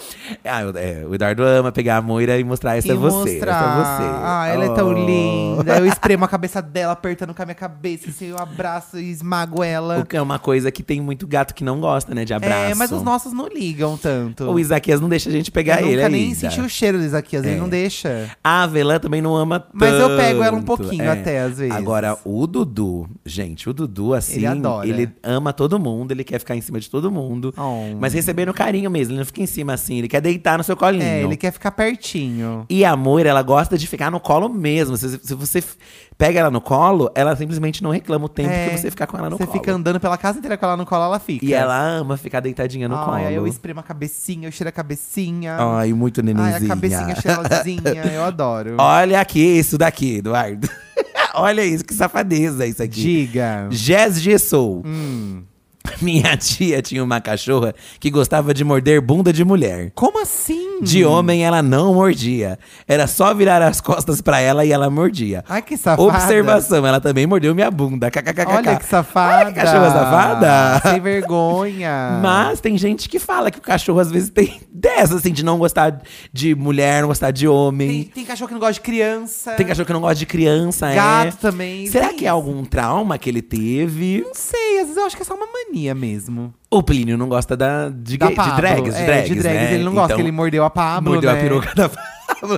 [SPEAKER 2] Ah, eu- é, o Eduardo ama pegar a moira e mostrar essa
[SPEAKER 1] E
[SPEAKER 2] é você.
[SPEAKER 1] mostrar.
[SPEAKER 2] Essa é você.
[SPEAKER 1] Ah, ela é tão
[SPEAKER 2] Oh.
[SPEAKER 1] linda. Eu espremo a cabeça dela, apertando com a minha cabeça. Assim, eu abraço e esmago
[SPEAKER 2] O
[SPEAKER 1] ela.
[SPEAKER 2] que é uma coisa que tem muito gato que não gosta, né? De abraço.
[SPEAKER 1] É, mas os nossos não ligam tanto.
[SPEAKER 2] O é Isaquias não deixa a gente pegar
[SPEAKER 1] eu
[SPEAKER 2] ele
[SPEAKER 1] nunca nem
[SPEAKER 2] ainda.
[SPEAKER 1] senti o cheiro do Isaquias, ele não deixa.
[SPEAKER 2] A Avelã também não ama É. tanto. é.
[SPEAKER 1] Mas eu pego ela um pouquinho até, às vezes.
[SPEAKER 2] Agora, o Dudu, gente, o Dudu, assim,
[SPEAKER 1] Ele adora.
[SPEAKER 2] ele ama todo mundo, ele quer ficar em cima de todo mundo.
[SPEAKER 1] Oh.
[SPEAKER 2] Mas recebendo carinho mesmo, ele não fica em cima assim, ele quer deitar no seu colinho.
[SPEAKER 1] É, ele quer ficar pertinho.
[SPEAKER 2] E a Moira, ela gosta de ficar no colo mesmo. Se, se você f- pega ela no colo, ela simplesmente não reclama o tempo
[SPEAKER 1] É,
[SPEAKER 2] que você ficar com ela no
[SPEAKER 1] Você
[SPEAKER 2] colo.
[SPEAKER 1] fica andando pela casa inteira com ela no colo, ela fica.
[SPEAKER 2] E ela ama ficar deitadinha no
[SPEAKER 1] Ai,
[SPEAKER 2] colo.
[SPEAKER 1] aí eu espremo a cabecinha, eu cheiro a cabecinha.
[SPEAKER 2] Ai, muito nenenzinha.
[SPEAKER 1] Ai, Ah, a cabecinha cheirosinha, eu adoro.
[SPEAKER 2] Olha aqui isso daqui, Eduardo. Olha isso, que safadeza isso aqui.
[SPEAKER 1] Diga. Hum.
[SPEAKER 2] Jazz Gessou. Minha tia tinha uma cachorra que gostava de morder bunda de mulher.
[SPEAKER 1] Como assim?
[SPEAKER 2] De homem ela não mordia. Era só virar as costas pra ela e ela mordia.
[SPEAKER 1] Ai, que safada.
[SPEAKER 2] Observação, ela também mordeu minha bunda. KKKK.
[SPEAKER 1] Olha que safada.
[SPEAKER 2] Olha que cachorra safada.
[SPEAKER 1] Sem vergonha.
[SPEAKER 2] Mas tem gente que fala que o cachorro às vezes tem dessas, assim, de não gostar de mulher, não gostar de homem.
[SPEAKER 1] Tem,
[SPEAKER 2] Tem,
[SPEAKER 1] tem cachorro que não gosta de criança.
[SPEAKER 2] cachorro que não gosta de criança, é.
[SPEAKER 1] Gato também.
[SPEAKER 2] Será
[SPEAKER 1] tem
[SPEAKER 2] que é algum trauma que ele teve?
[SPEAKER 1] Não sei, às vezes eu acho que é só uma mania mesmo.
[SPEAKER 2] O Plínio não gosta da, de,
[SPEAKER 1] Da
[SPEAKER 2] gay- de
[SPEAKER 1] Pablo.
[SPEAKER 2] drags, de
[SPEAKER 1] É,
[SPEAKER 2] drags,
[SPEAKER 1] de drags,
[SPEAKER 2] né?
[SPEAKER 1] ele não gosta,
[SPEAKER 2] Então,
[SPEAKER 1] que ele mordeu a Pablo,
[SPEAKER 2] Mordeu
[SPEAKER 1] né?
[SPEAKER 2] a peruca da Pablo.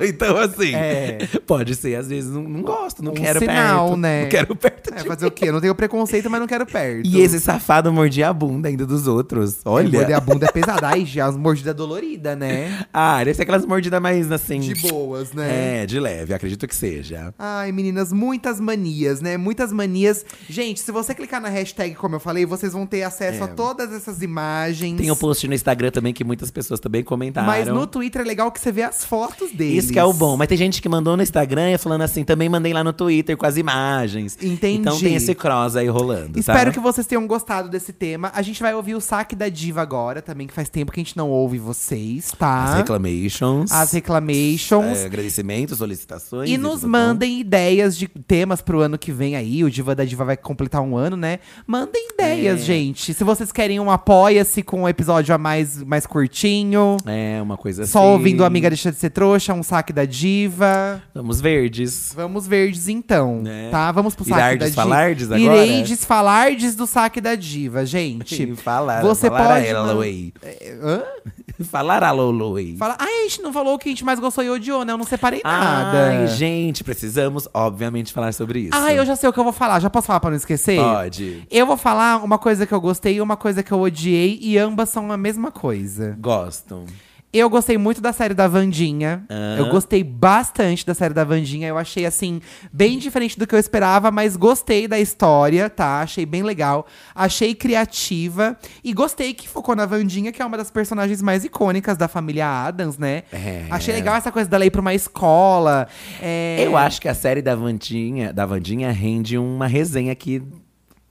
[SPEAKER 2] Então, assim,
[SPEAKER 1] É.
[SPEAKER 2] pode ser. Às vezes, não, não gosto, não
[SPEAKER 1] Um
[SPEAKER 2] quero
[SPEAKER 1] sinal,
[SPEAKER 2] perto.
[SPEAKER 1] né?
[SPEAKER 2] Não quero perto
[SPEAKER 1] É,
[SPEAKER 2] de
[SPEAKER 1] fazer o quê? Eu não tenho preconceito, mas não quero perto.
[SPEAKER 2] E esse safado mordia a bunda ainda dos outros.
[SPEAKER 1] É, Morder
[SPEAKER 2] Olha.
[SPEAKER 1] a bunda é pesada. Ai, já, as mordidas doloridas, né?
[SPEAKER 2] Ah, deve ser aquelas mordidas mais assim.
[SPEAKER 1] De boas, né?
[SPEAKER 2] É, de leve, acredito que seja.
[SPEAKER 1] Ai, meninas, muitas manias, né? Muitas manias. Gente, se você clicar na hashtag, como eu falei, vocês vão ter acesso a todas essas imagens.
[SPEAKER 2] É. Tem um post no Instagram também que muitas pessoas também comentaram.
[SPEAKER 1] Mas no Twitter é legal que você vê as fotos deles.
[SPEAKER 2] Isso que é o bom. Mas tem gente que mandou no Instagram e falando assim, também mandei lá no Twitter com as imagens.
[SPEAKER 1] Entendi.
[SPEAKER 2] Então tem esse cross aí rolando.
[SPEAKER 1] Espero
[SPEAKER 2] tá?
[SPEAKER 1] que vocês tenham gostado desse tema. A gente vai ouvir o saque da diva agora também, que faz tempo que a gente não ouve vocês,
[SPEAKER 2] As
[SPEAKER 1] tá?
[SPEAKER 2] reclamations.
[SPEAKER 1] As reclamations.
[SPEAKER 2] é, agradecimentos, solicitações.
[SPEAKER 1] E
[SPEAKER 2] etc.
[SPEAKER 1] nos mandem ideias de temas pro ano que vem aí. O Diva da Diva vai completar um ano, né? Mandem
[SPEAKER 2] É.
[SPEAKER 1] ideias, gente. Se vocês querem um apoia-se com um episódio a mais, mais curtinho.
[SPEAKER 2] É, uma coisa assim.
[SPEAKER 1] Só ouvindo Amiga Deixa de Ser Trouxa, um saque da diva.
[SPEAKER 2] Vamos verdes.
[SPEAKER 1] Vamos verdes então,
[SPEAKER 2] Né?
[SPEAKER 1] tá? Vamos pro saque
[SPEAKER 2] Irardes
[SPEAKER 1] da diva.
[SPEAKER 2] falardes agora?
[SPEAKER 1] Ireides falardes do saque da diva, gente.
[SPEAKER 2] falar,
[SPEAKER 1] Tipo, você
[SPEAKER 2] falar
[SPEAKER 1] pode
[SPEAKER 2] a ela,
[SPEAKER 1] man-
[SPEAKER 2] ué.
[SPEAKER 1] Hã?
[SPEAKER 2] Falar a Loloi.
[SPEAKER 1] Fala, ai, a gente não falou o que a gente mais gostou e odiou, né? Eu não separei nada.
[SPEAKER 2] Ai, gente, precisamos, obviamente, falar sobre isso.
[SPEAKER 1] Ai, eu já sei o que eu vou falar. Já posso falar pra não esquecer?
[SPEAKER 2] Pode.
[SPEAKER 1] Eu vou falar uma coisa que eu gostei e uma coisa que eu odiei, e ambas são a mesma coisa.
[SPEAKER 2] Gosto.
[SPEAKER 1] Eu gostei muito da série da Vandinha.
[SPEAKER 2] Ah.
[SPEAKER 1] Eu gostei bastante da série da Vandinha. Eu achei, assim, bem diferente do que eu esperava, mas gostei da história, tá? Achei bem legal. Achei criativa. E gostei que focou na Vandinha, que é uma das personagens mais icônicas da família Adams, né?
[SPEAKER 2] É.
[SPEAKER 1] Achei legal essa coisa dela ir pra uma escola. É...
[SPEAKER 2] Eu acho que a série da Vandinha, da Vandinha rende uma resenha aqui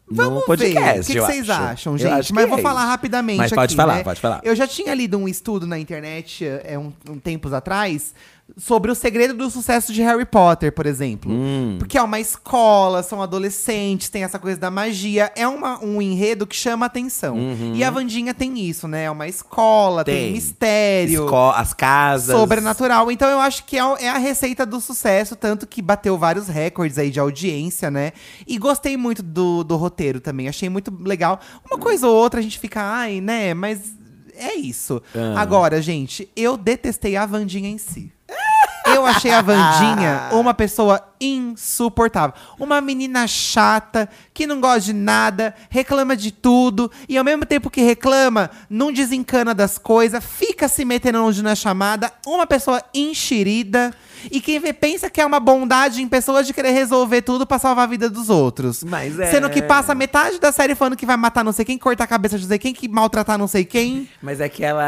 [SPEAKER 2] no
[SPEAKER 1] Vamos ver.
[SPEAKER 2] podcast.
[SPEAKER 1] O que, que
[SPEAKER 2] eu
[SPEAKER 1] vocês
[SPEAKER 2] acho.
[SPEAKER 1] acham,
[SPEAKER 2] Eu
[SPEAKER 1] gente?
[SPEAKER 2] acho
[SPEAKER 1] Mas
[SPEAKER 2] que
[SPEAKER 1] vou
[SPEAKER 2] é
[SPEAKER 1] falar
[SPEAKER 2] isso.
[SPEAKER 1] rapidamente
[SPEAKER 2] Mas
[SPEAKER 1] aqui,
[SPEAKER 2] pode falar,
[SPEAKER 1] né?
[SPEAKER 2] pode falar.
[SPEAKER 1] Eu já tinha lido um estudo na internet, é, um, um tempos atrás, sobre o segredo do sucesso de Harry Potter, por exemplo.
[SPEAKER 2] Hum.
[SPEAKER 1] Porque é uma escola, são adolescentes, tem essa coisa da magia. É uma- um enredo que chama atenção. E a Vandinha tem isso, né? É uma escola, tem,
[SPEAKER 2] Uhum. Tem.
[SPEAKER 1] mistério.
[SPEAKER 2] Esco- as casas.
[SPEAKER 1] Sobrenatural. Então eu acho que é, o- é a receita do sucesso, tanto que bateu vários recordes aí de audiência, né? E gostei muito do, do roteiro também, achei muito legal. Uma coisa ou outra a gente fica, ai, né? Mas é isso. Agora, gente, eu detestei a Vandinha em si. Eu achei a Vandinha uma pessoa insuportável. Uma menina chata, que não gosta de nada, reclama de tudo. E ao mesmo tempo que reclama, não desencana das coisas, fica se metendo onde não é chamada. Uma pessoa enxerida. E quem vê, pensa que é uma bondade em pessoas de querer resolver tudo pra salvar a vida dos outros.
[SPEAKER 2] Mas é.
[SPEAKER 1] Sendo que passa metade da série falando que vai matar não sei quem, cortar a cabeça de não sei quem, que maltratar não sei quem.
[SPEAKER 2] Mas é que ela.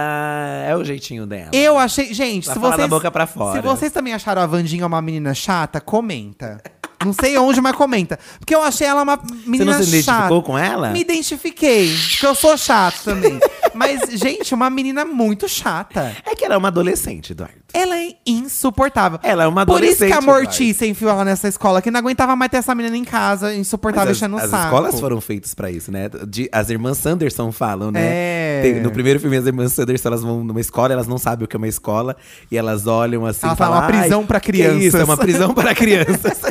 [SPEAKER 2] É o jeitinho dela.
[SPEAKER 1] Eu achei. Gente,
[SPEAKER 2] Pra
[SPEAKER 1] se
[SPEAKER 2] falar
[SPEAKER 1] vocês.
[SPEAKER 2] da boca pra fora.
[SPEAKER 1] Se vocês também acharam a Vandinha uma menina chata, comenta. Não sei onde, mas comenta. Porque eu achei ela uma
[SPEAKER 2] Você
[SPEAKER 1] menina
[SPEAKER 2] não se
[SPEAKER 1] chata.
[SPEAKER 2] identificou com ela?
[SPEAKER 1] Me identifiquei, porque eu sou chato também. mas, gente, uma menina muito chata.
[SPEAKER 2] É que ela é uma adolescente, Eduardo.
[SPEAKER 1] Ela é insuportável.
[SPEAKER 2] Ela é uma
[SPEAKER 1] Por isso que
[SPEAKER 2] adolescente.
[SPEAKER 1] a
[SPEAKER 2] Eduardo.
[SPEAKER 1] Mortícia enfiou ela nessa escola, que não aguentava mais ter essa menina em casa,
[SPEAKER 2] Mas
[SPEAKER 1] insuportável,
[SPEAKER 2] as,
[SPEAKER 1] deixando o
[SPEAKER 2] as
[SPEAKER 1] saco.
[SPEAKER 2] escolas foram feitas pra isso, né? De- as irmãs Sanderson falam, né?
[SPEAKER 1] É.
[SPEAKER 2] Tem- no primeiro filme, as irmãs Sanderson elas vão numa escola, elas não sabem o que é uma escola. E elas olham assim.
[SPEAKER 1] Ela
[SPEAKER 2] e
[SPEAKER 1] fala,
[SPEAKER 2] falam,
[SPEAKER 1] "Uma prisão
[SPEAKER 2] "Ai,
[SPEAKER 1] pra
[SPEAKER 2] que é Isso, é
[SPEAKER 1] crianças."
[SPEAKER 2] uma prisão para crianças.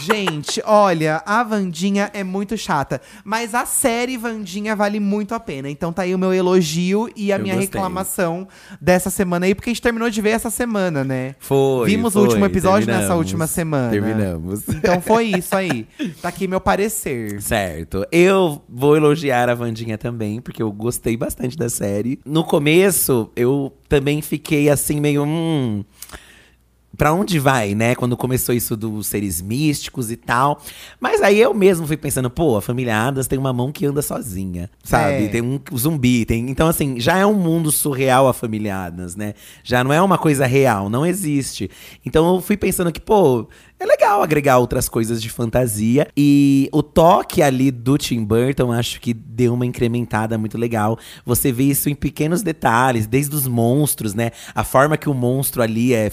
[SPEAKER 1] Gente, olha, a Vandinha é muito chata. Mas a série Vandinha vale muito a pena. Então tá aí o meu elogio e a
[SPEAKER 2] Eu
[SPEAKER 1] minha
[SPEAKER 2] gostei.
[SPEAKER 1] reclamação dessa semana aí, porque a gente terminou de ver essa semana, né?
[SPEAKER 2] Foi.
[SPEAKER 1] Vimos o
[SPEAKER 2] foi,
[SPEAKER 1] último episódio nessa
[SPEAKER 2] terminamos,
[SPEAKER 1] última semana.
[SPEAKER 2] Terminamos.
[SPEAKER 1] Então foi isso aí. Tá aqui meu parecer.
[SPEAKER 2] Certo. Eu vou elogiar a Vandinha também, porque eu gostei bastante da série. No começo, eu também fiquei assim, meio. Hum, pra onde vai, né? Quando começou isso dos seres místicos e tal. Mas aí eu mesmo fui pensando, pô, a família Adams tem uma mão que anda sozinha, sabe?
[SPEAKER 1] É.
[SPEAKER 2] Tem um zumbi, tem. Então, assim, já é um mundo surreal a família Adams, né? Já não é uma coisa real, não existe. Então eu fui pensando que, pô, É legal agregar outras coisas de fantasia. E o toque ali do Tim Burton, acho que deu uma incrementada muito legal. Você vê isso em pequenos detalhes, desde os monstros, né? A forma que o monstro ali é,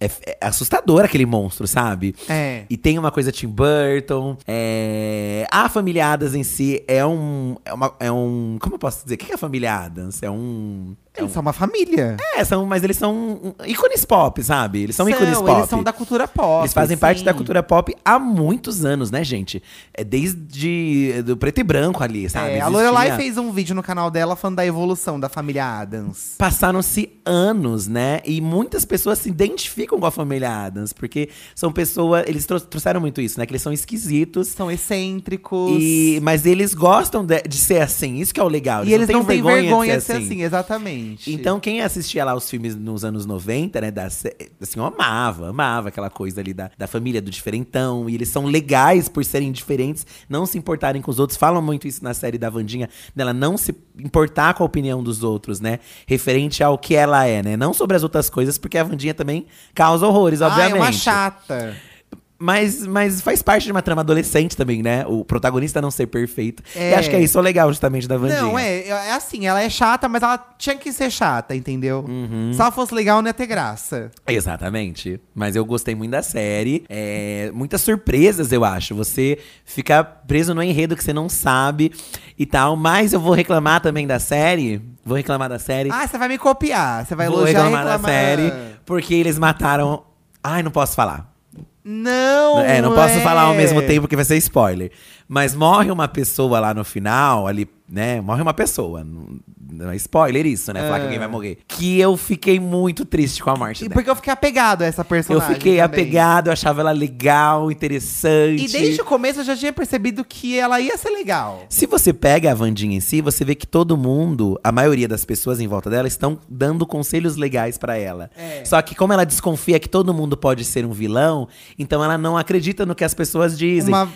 [SPEAKER 2] é, é assustador, aquele monstro, sabe?
[SPEAKER 1] É.
[SPEAKER 2] E tem uma coisa Tim Burton. É... A família Adams em si é um. É, uma- é um. Como eu posso dizer? O que é a família Adams? É um. É, um-
[SPEAKER 1] Eles são uma família.
[SPEAKER 2] é, são, mas eles são um- ícones pop, sabe? Eles são, ícones pop.
[SPEAKER 1] Eles são da cultura pop.
[SPEAKER 2] Eles fazem
[SPEAKER 1] sim.
[SPEAKER 2] parte da cultura pop há muitos anos, né, gente? É desde do preto e branco ali, sabe?
[SPEAKER 1] É, a
[SPEAKER 2] Existia-
[SPEAKER 1] Lorelai fez um vídeo no canal dela falando da evolução da família Adams.
[SPEAKER 2] Passaram-se anos, né? E muitas pessoas se identificam com a família Adams, porque são pessoas. Eles trou- trouxeram muito isso, né? Que eles são esquisitos.
[SPEAKER 1] São excêntricos.
[SPEAKER 2] E, mas eles gostam de, de ser assim, isso que é o legal.
[SPEAKER 1] E eles não têm vergonha, de ser assim,
[SPEAKER 2] assim.
[SPEAKER 1] exatamente.
[SPEAKER 2] Então, quem assistia lá os filmes nos anos 90, né? Da, sé- assim, eu amava, amava aquela coisa ali da, da família do diferentão. E eles são legais por serem diferentes, não se importarem com os outros. Falam muito isso na série da Vandinha, dela não se importar com a opinião dos outros, né? Referente ao que ela é, né? Não sobre as outras coisas, porque a Vandinha também causa horrores,
[SPEAKER 1] ah,
[SPEAKER 2] obviamente.
[SPEAKER 1] é uma chata.
[SPEAKER 2] Mas, mas faz parte de uma trama adolescente também, né? O protagonista não ser perfeito.
[SPEAKER 1] É.
[SPEAKER 2] E acho que é isso o legal, justamente, da Vandinha.
[SPEAKER 1] Não, é, é assim, ela é chata, mas ela tinha que ser chata, entendeu?
[SPEAKER 2] Uhum.
[SPEAKER 1] Se ela fosse legal, não ia ter graça.
[SPEAKER 2] Exatamente. Mas eu gostei muito da série. É, muitas surpresas, eu acho. Você fica preso no enredo que você não sabe e tal. Mas eu vou reclamar também da série. Vou reclamar da série.
[SPEAKER 1] Ah, você vai me copiar, você vai
[SPEAKER 2] vou
[SPEAKER 1] elogiar
[SPEAKER 2] reclamar,
[SPEAKER 1] e reclamar.
[SPEAKER 2] da série. Porque eles mataram. Ai, não posso falar.
[SPEAKER 1] Não,
[SPEAKER 2] é, não posso
[SPEAKER 1] é.
[SPEAKER 2] falar ao mesmo tempo que vai ser spoiler. Mas morre uma pessoa lá no final, ali, né? Morre uma pessoa. Não- Não é spoiler isso, né? Falar que
[SPEAKER 1] É.
[SPEAKER 2] alguém vai morrer. Que eu fiquei muito triste com a morte
[SPEAKER 1] E
[SPEAKER 2] dela.
[SPEAKER 1] Porque eu fiquei apegado a essa
[SPEAKER 2] Eu
[SPEAKER 1] personagem.
[SPEAKER 2] fiquei
[SPEAKER 1] também.
[SPEAKER 2] apegado, eu achava ela legal, interessante.
[SPEAKER 1] E desde o começo eu já tinha percebido que ela ia ser legal.
[SPEAKER 2] Se você pega a Vandinha em si, você vê que todo mundo, a maioria das pessoas em volta dela, estão dando conselhos legais pra ela.
[SPEAKER 1] É.
[SPEAKER 2] Só que como ela desconfia que todo mundo pode ser um vilão, então ela não acredita no que as pessoas dizem.
[SPEAKER 1] Uma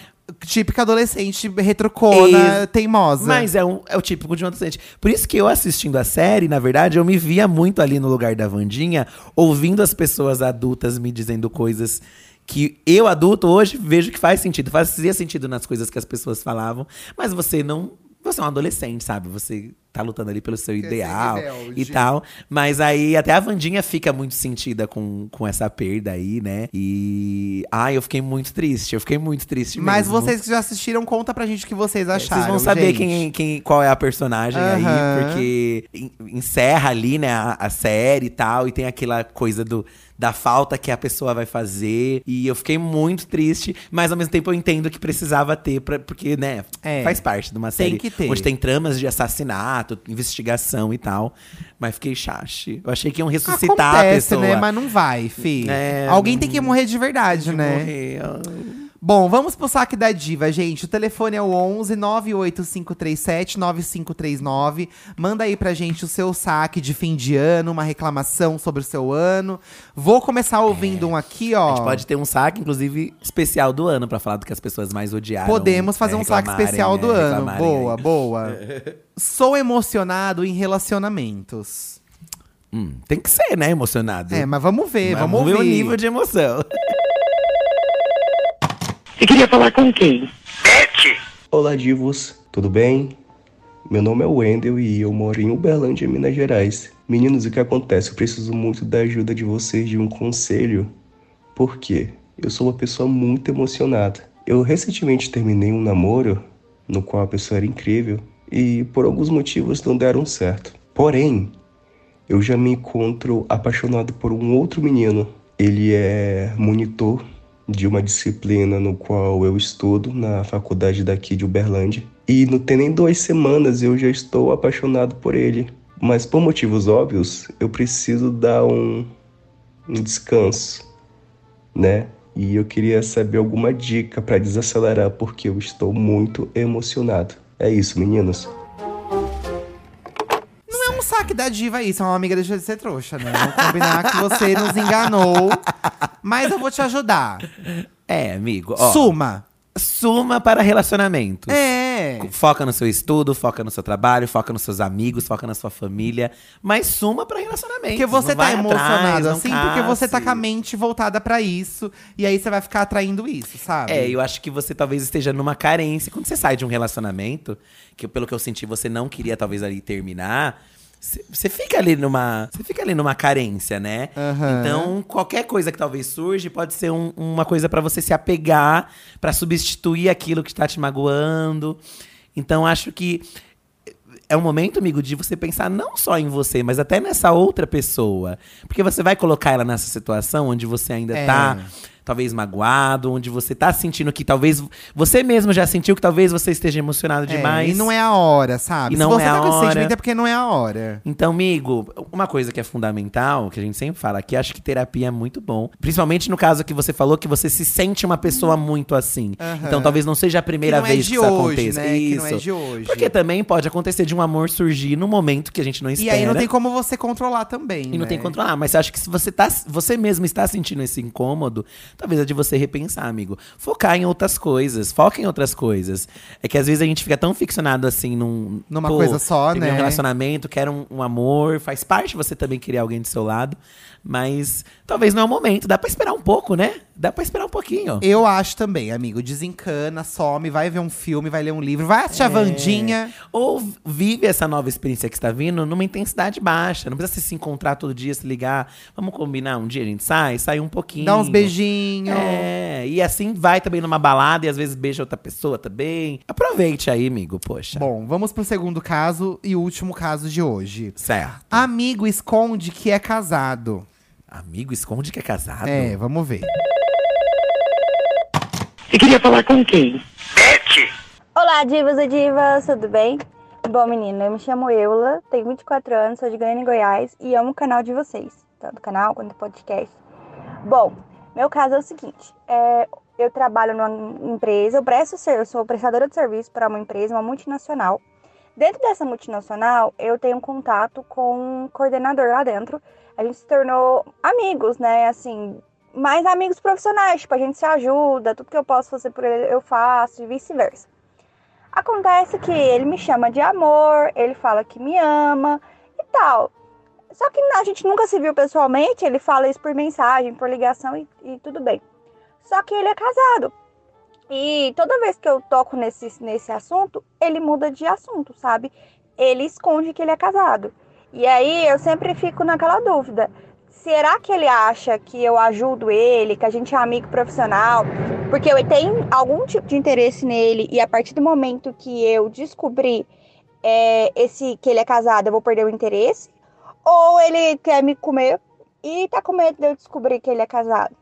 [SPEAKER 1] típica adolescente retrocona, teimosa.
[SPEAKER 2] Mas é, um, é o típico de um adolescente. Por isso que eu assistindo a série, na verdade, eu me via muito ali no lugar da Vandinha, ouvindo as pessoas adultas me dizendo coisas que eu, adulto, hoje vejo que faz sentido. Fazia sentido nas coisas que as pessoas falavam, mas você não. Você é um adolescente, sabe? Você tá lutando ali pelo seu
[SPEAKER 1] ser
[SPEAKER 2] ideal
[SPEAKER 1] é rebelde.
[SPEAKER 2] e tal. Mas aí até a Vandinha fica muito sentida com, com essa perda aí, né? E. Ai, eu fiquei muito triste. Eu fiquei muito triste
[SPEAKER 1] Mas
[SPEAKER 2] mesmo.
[SPEAKER 1] vocês que já assistiram, conta pra gente o que vocês
[SPEAKER 2] É,
[SPEAKER 1] acharam.
[SPEAKER 2] Vocês vão saber
[SPEAKER 1] gente.
[SPEAKER 2] quem, quem, qual é a personagem
[SPEAKER 1] Aham.
[SPEAKER 2] aí, porque en- encerra ali, né, a, a série e tal, e tem aquela coisa do, da falta que a pessoa vai fazer. E eu fiquei muito triste, mas ao mesmo tempo eu entendo que precisava ter, pra, porque, né,
[SPEAKER 1] É.
[SPEAKER 2] faz parte de uma
[SPEAKER 1] Tem
[SPEAKER 2] série
[SPEAKER 1] que ter.
[SPEAKER 2] onde tem tramas de assassinato, investigação e tal. Mas fiquei chaxe. Eu achei que iam ressuscitar
[SPEAKER 1] Acontece,
[SPEAKER 2] a pessoa.
[SPEAKER 1] né? Mas não vai, fi.
[SPEAKER 2] É,
[SPEAKER 1] Alguém tem que morrer de verdade, né?
[SPEAKER 2] Morreu.
[SPEAKER 1] Bom, vamos pro saque da diva, gente. O telefone é o 11 98537 9539. Manda aí pra gente o seu saque de fim de ano, uma reclamação sobre o seu ano. Vou começar ouvindo um aqui, ó.
[SPEAKER 2] É, A gente pode ter um saque, inclusive, especial do ano, pra falar do que as pessoas mais odiaram.
[SPEAKER 1] Podemos fazer
[SPEAKER 2] né,
[SPEAKER 1] um saque
[SPEAKER 2] reclamarem,
[SPEAKER 1] especial
[SPEAKER 2] né,
[SPEAKER 1] do ano.
[SPEAKER 2] reclamarem
[SPEAKER 1] Boa,
[SPEAKER 2] aí.
[SPEAKER 1] boa. Sou emocionado em relacionamentos.
[SPEAKER 2] Hum, tem que ser, né? Emocionado.
[SPEAKER 1] É, mas vamos ver,
[SPEAKER 2] Mas
[SPEAKER 1] vamos,
[SPEAKER 2] ver
[SPEAKER 1] ouvir.
[SPEAKER 2] o nível de emoção.
[SPEAKER 3] Você queria falar com quem?
[SPEAKER 4] Olá, divos, tudo bem? Meu nome é Wendel e eu moro em Uberlândia, Minas Gerais. Meninos, o que acontece? Eu preciso muito da ajuda de vocês, de um conselho. Por quê? Eu sou uma pessoa muito emocionada. Eu recentemente terminei um namoro no qual a pessoa era incrível e por alguns motivos não deram certo. Porém, eu já me encontro apaixonado por um outro menino. Ele é monitor de uma disciplina no qual eu estudo na faculdade daqui de Uberlândia. E não tem nem duas semanas eu já estou apaixonado por ele. Mas por motivos óbvios, eu preciso dar um, um descanso, né? E eu queria saber alguma dica para desacelerar, porque eu estou muito emocionado. É isso, meninos.
[SPEAKER 1] Não é um saque da diva isso, é uma amiga deixa de ser trouxa, né? Vamos combinar que você nos enganou, mas eu vou te ajudar.
[SPEAKER 2] É, amigo. Ó,
[SPEAKER 1] Suma.
[SPEAKER 2] Suma para relacionamentos.
[SPEAKER 1] É, É.
[SPEAKER 2] Foca no seu estudo, foca no seu trabalho, foca nos seus amigos, foca na sua família. Mas suma pra relacionamento.
[SPEAKER 1] Porque você tá
[SPEAKER 2] não vai atrás,
[SPEAKER 1] emocionado
[SPEAKER 2] não
[SPEAKER 1] assim, porque você tá
[SPEAKER 2] case.
[SPEAKER 1] com a mente voltada pra isso. E aí você vai ficar atraindo isso, sabe?
[SPEAKER 2] É, eu acho que você talvez esteja numa carência. Quando você sai de um relacionamento, que pelo que eu senti, você não queria talvez ali terminar. c- Você fica ali numa. Você fica ali numa carência, né?
[SPEAKER 1] Aham.
[SPEAKER 2] Então, qualquer coisa que talvez surge pode ser um- uma coisa pra você se apegar, pra substituir aquilo que tá te magoando. Então, acho que é um momento, amigo, de você pensar não só em você, mas até nessa outra pessoa. Porque você vai colocar ela nessa situação onde você ainda
[SPEAKER 1] É.
[SPEAKER 2] tá, talvez, magoado, onde você tá sentindo que talvez. Você mesmo já sentiu que talvez você esteja emocionado
[SPEAKER 1] É,
[SPEAKER 2] demais.
[SPEAKER 1] e não é a hora, sabe?
[SPEAKER 2] E não
[SPEAKER 1] Se você
[SPEAKER 2] é
[SPEAKER 1] tá
[SPEAKER 2] a
[SPEAKER 1] com esse
[SPEAKER 2] hora.
[SPEAKER 1] sentimento é porque não é a hora.
[SPEAKER 2] Então, amigo, uma coisa que é fundamental, que a gente sempre fala aqui, acho que terapia é muito bom. Principalmente no caso que você falou, que você se sente uma pessoa muito assim.
[SPEAKER 1] Hum. Aham.
[SPEAKER 2] Então, talvez não seja a primeira
[SPEAKER 1] que não
[SPEAKER 2] vez
[SPEAKER 1] é de
[SPEAKER 2] que isso
[SPEAKER 1] hoje,
[SPEAKER 2] aconteça.
[SPEAKER 1] né?
[SPEAKER 2] Isso.
[SPEAKER 1] Que não é de hoje.
[SPEAKER 2] Porque também pode acontecer de um amor surgir num momento que a gente não
[SPEAKER 1] e
[SPEAKER 2] espera.
[SPEAKER 1] aí não tem como você controlar também.
[SPEAKER 2] E não
[SPEAKER 1] né?
[SPEAKER 2] tem que controlar. Mas eu acho que se você, tá, você mesmo está sentindo esse incômodo, talvez é de você repensar, amigo. Focar em outras coisas. Foca em outras coisas. É que às vezes a gente fica tão ficcionado assim num.
[SPEAKER 1] Numa coisa só,
[SPEAKER 2] terminei
[SPEAKER 1] né?
[SPEAKER 2] um relacionamento, quero um, um amor. Faz parte você também querer alguém do seu lado. Mas talvez não é o momento. Dá pra esperar um pouco, né? Dá pra esperar um pouquinho.
[SPEAKER 1] Eu acho também, amigo. Desencana, some, vai ver um filme, vai ler um livro, vai
[SPEAKER 2] É.
[SPEAKER 1] assistir a Vandinha.
[SPEAKER 2] Ou vive essa nova experiência que está vindo numa intensidade baixa. Não precisa se encontrar todo dia, se ligar. Vamos combinar um dia, a gente sai, sai um pouquinho.
[SPEAKER 1] Dá uns beijinhos.
[SPEAKER 2] É, e assim vai também numa balada e às vezes beija outra pessoa também. Aproveite aí, amigo, poxa.
[SPEAKER 1] Bom, vamos pro segundo caso e último caso de hoje.
[SPEAKER 2] Certo.
[SPEAKER 1] Amigo esconde que é casado.
[SPEAKER 2] Amigo, esconde que é casado.
[SPEAKER 1] É, vamos ver.
[SPEAKER 3] Você queria falar com quem?
[SPEAKER 5] Olá, divas e divas, tudo bem? Bom, menino, eu me chamo Eula, tenho 24 anos, sou de Goiânia, Goiás e amo o canal de vocês, tanto o canal quanto o podcast. Bom, meu caso é o seguinte: é, eu trabalho numa empresa, eu presto ser, eu sou prestadora de serviço para uma empresa, uma multinacional. Dentro dessa multinacional, eu tenho contato com um coordenador lá dentro. A gente se tornou amigos, né? Assim, mais amigos profissionais, tipo, a gente se ajuda, tudo que eu posso fazer por ele, eu faço e vice-versa. Acontece que ele me chama de amor, ele fala que me ama e tal. Só que a gente nunca se viu pessoalmente, ele fala isso por mensagem, por ligação e, e tudo bem. Só que ele é casado. E toda vez que eu toco nesse, nesse assunto, ele muda de assunto, sabe? Ele esconde que ele é casado. E aí eu sempre fico naquela dúvida. Será que ele acha que eu ajudo ele, que a gente é amigo profissional, porque eu tenho algum tipo de interesse nele e a partir do momento que eu descobrir é, esse que ele é casado, eu vou perder o interesse. Ou ele quer me comer e tá com medo de eu descobrir que ele é casado.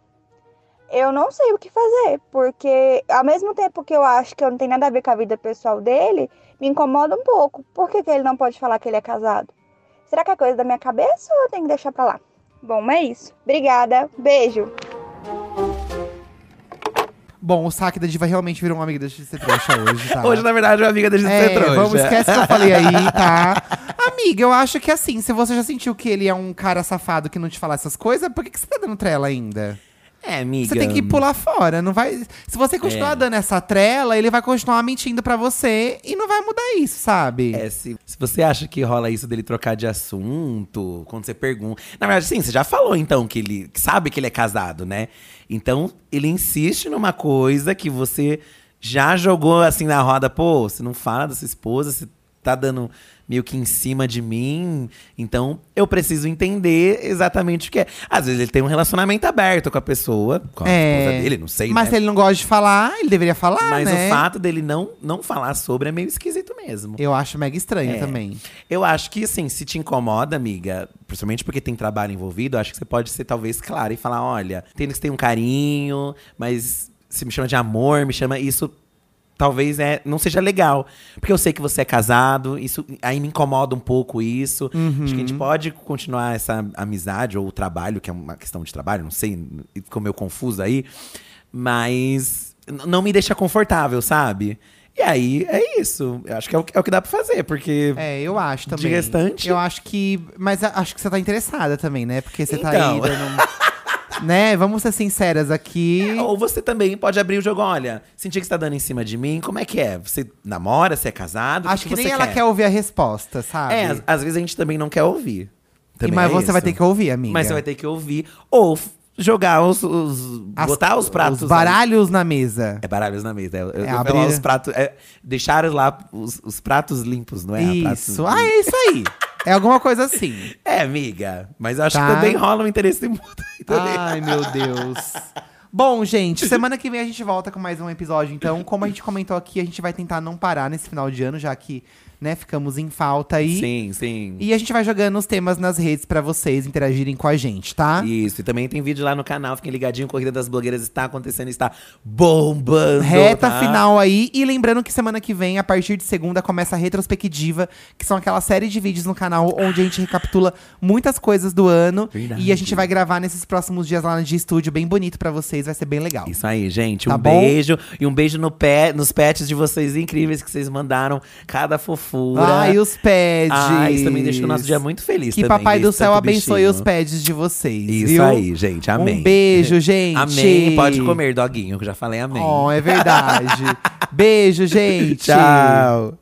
[SPEAKER 5] Eu não sei o que fazer, porque ao mesmo tempo que eu acho que eu não tenho nada a ver com a vida pessoal dele, me incomoda um pouco. Por que, que ele não pode falar que ele é casado? Será que é coisa da minha cabeça ou eu tenho que deixar pra lá? Bom, é isso. Obrigada. Beijo.
[SPEAKER 1] Bom, o saque da diva realmente virou uma amiga da Justiça Trouxa hoje, tá?
[SPEAKER 2] Hoje, na verdade, é uma amiga né? da gente
[SPEAKER 1] é,
[SPEAKER 2] ser trouxa.
[SPEAKER 1] vamos, esquece o que eu falei aí, tá? Amiga, eu acho que assim, se você já sentiu que ele é um cara safado que não te fala essas coisas, por que, que você tá dando trela ainda?
[SPEAKER 2] É, amiga.
[SPEAKER 1] Você tem que pular fora, não vai. Se você continuar
[SPEAKER 2] É.
[SPEAKER 1] dando essa trela, ele vai continuar mentindo pra você e não vai mudar isso, sabe?
[SPEAKER 2] É, se, se você acha que rola isso dele trocar de assunto, quando você pergunta. Na verdade, sim, você já falou então que ele que sabe que ele é casado, né? Então, ele insiste numa coisa que você já jogou assim na roda, pô, você não fala da sua esposa, você tá dando meio que em cima de mim. Então, eu preciso entender exatamente o que é. Às vezes ele tem um relacionamento aberto com a pessoa, com a
[SPEAKER 1] É.
[SPEAKER 2] esposa dele, não sei,
[SPEAKER 1] Mas se
[SPEAKER 2] né?
[SPEAKER 1] ele não gosta de falar, ele deveria falar,
[SPEAKER 2] Mas
[SPEAKER 1] né?
[SPEAKER 2] o fato dele não, não falar sobre é meio esquisito mesmo.
[SPEAKER 1] Eu acho mega estranho
[SPEAKER 2] É.
[SPEAKER 1] também.
[SPEAKER 2] Eu acho que, assim, se te incomoda, amiga, principalmente porque tem trabalho envolvido, eu acho que você pode ser, talvez, clara e falar: olha, tênis tem um carinho, mas se me chama de amor, me chama. Isso talvez é, não seja legal. Porque eu sei que você é casado, isso aí me incomoda um pouco isso. Acho que a gente pode continuar essa amizade ou o trabalho, que é uma questão de trabalho, não sei, ficou meio confuso aí. Mas n- não me deixa confortável, sabe? E aí, é isso. Eu acho que é o, que- é o que dá pra fazer, porque.
[SPEAKER 1] É, eu acho também.
[SPEAKER 2] De restante?
[SPEAKER 1] Eu acho que. Mas a- acho que você tá interessada também, né? Porque você tá aí
[SPEAKER 2] Então.
[SPEAKER 1] dando. né? Vamos ser sinceras aqui.
[SPEAKER 2] Ou você também pode abrir o jogo, olha, senti que você tá dando em cima de mim, como é que é? Você namora, você é casado? O
[SPEAKER 1] Acho que,
[SPEAKER 2] você
[SPEAKER 1] nem ela quer ouvir a resposta, sabe?
[SPEAKER 2] É, às, às vezes a gente também não quer ouvir.
[SPEAKER 1] E,
[SPEAKER 2] Também
[SPEAKER 1] mas
[SPEAKER 2] é
[SPEAKER 1] você vai
[SPEAKER 2] isso.
[SPEAKER 1] ter que ouvir, amiga.
[SPEAKER 2] Mas você vai ter que ouvir ou f- jogar os… os-
[SPEAKER 1] As-
[SPEAKER 2] botar os pratos…
[SPEAKER 1] Os baralhos na mesa.
[SPEAKER 2] É baralhos na mesa. Eu, eu,
[SPEAKER 1] É,
[SPEAKER 2] eu
[SPEAKER 1] abrir-
[SPEAKER 2] falar os pratos. é, deixar lá os, os pratos limpos, não é? Pratos
[SPEAKER 1] isso.
[SPEAKER 2] limpos.
[SPEAKER 1] Ah, é isso aí. é alguma coisa assim.
[SPEAKER 2] É, amiga. Mas eu acho
[SPEAKER 1] Tá.
[SPEAKER 2] que também rola um interesse mútuo. aí também.
[SPEAKER 1] Ai, meu Deus. Bom, gente, semana que vem a gente volta com mais um episódio. Então, como a gente comentou aqui, a gente vai tentar não parar nesse final de ano, já que, né, ficamos em falta aí.
[SPEAKER 2] Sim, sim.
[SPEAKER 1] E a gente vai jogando os temas nas redes pra vocês interagirem com a gente, tá?
[SPEAKER 2] Isso, e também tem vídeo lá no canal, fiquem ligadinho, Corrida das Blogueiras está acontecendo, está bombando.
[SPEAKER 1] Reta
[SPEAKER 2] tá?
[SPEAKER 1] final aí. E lembrando que semana que vem, a partir de segunda, começa a retrospectiva, que são aquela série de vídeos no canal onde a gente recapitula muitas coisas do ano.
[SPEAKER 2] Verdade.
[SPEAKER 1] E a gente vai gravar nesses próximos dias lá de estúdio, bem bonito pra vocês, vai ser bem legal.
[SPEAKER 2] Isso aí, gente.
[SPEAKER 1] Tá
[SPEAKER 2] um
[SPEAKER 1] bom?
[SPEAKER 2] beijo e um beijo no pé, nos pets de vocês incríveis que vocês mandaram. Cada fofura.
[SPEAKER 1] Ai, os pads.
[SPEAKER 2] Ah, isso também deixou o nosso dia muito feliz.
[SPEAKER 1] Que
[SPEAKER 2] também,
[SPEAKER 1] papai
[SPEAKER 2] desse
[SPEAKER 1] do céu
[SPEAKER 2] tanto
[SPEAKER 1] abençoe
[SPEAKER 2] bichinho.
[SPEAKER 1] os pads de vocês.
[SPEAKER 2] Isso
[SPEAKER 1] viu?
[SPEAKER 2] aí, gente. Amém.
[SPEAKER 1] Um beijo, gente.
[SPEAKER 2] Amém. Pode comer, doguinho, que eu já falei amém.
[SPEAKER 1] Oh, é verdade. beijo, gente.
[SPEAKER 2] Tchau.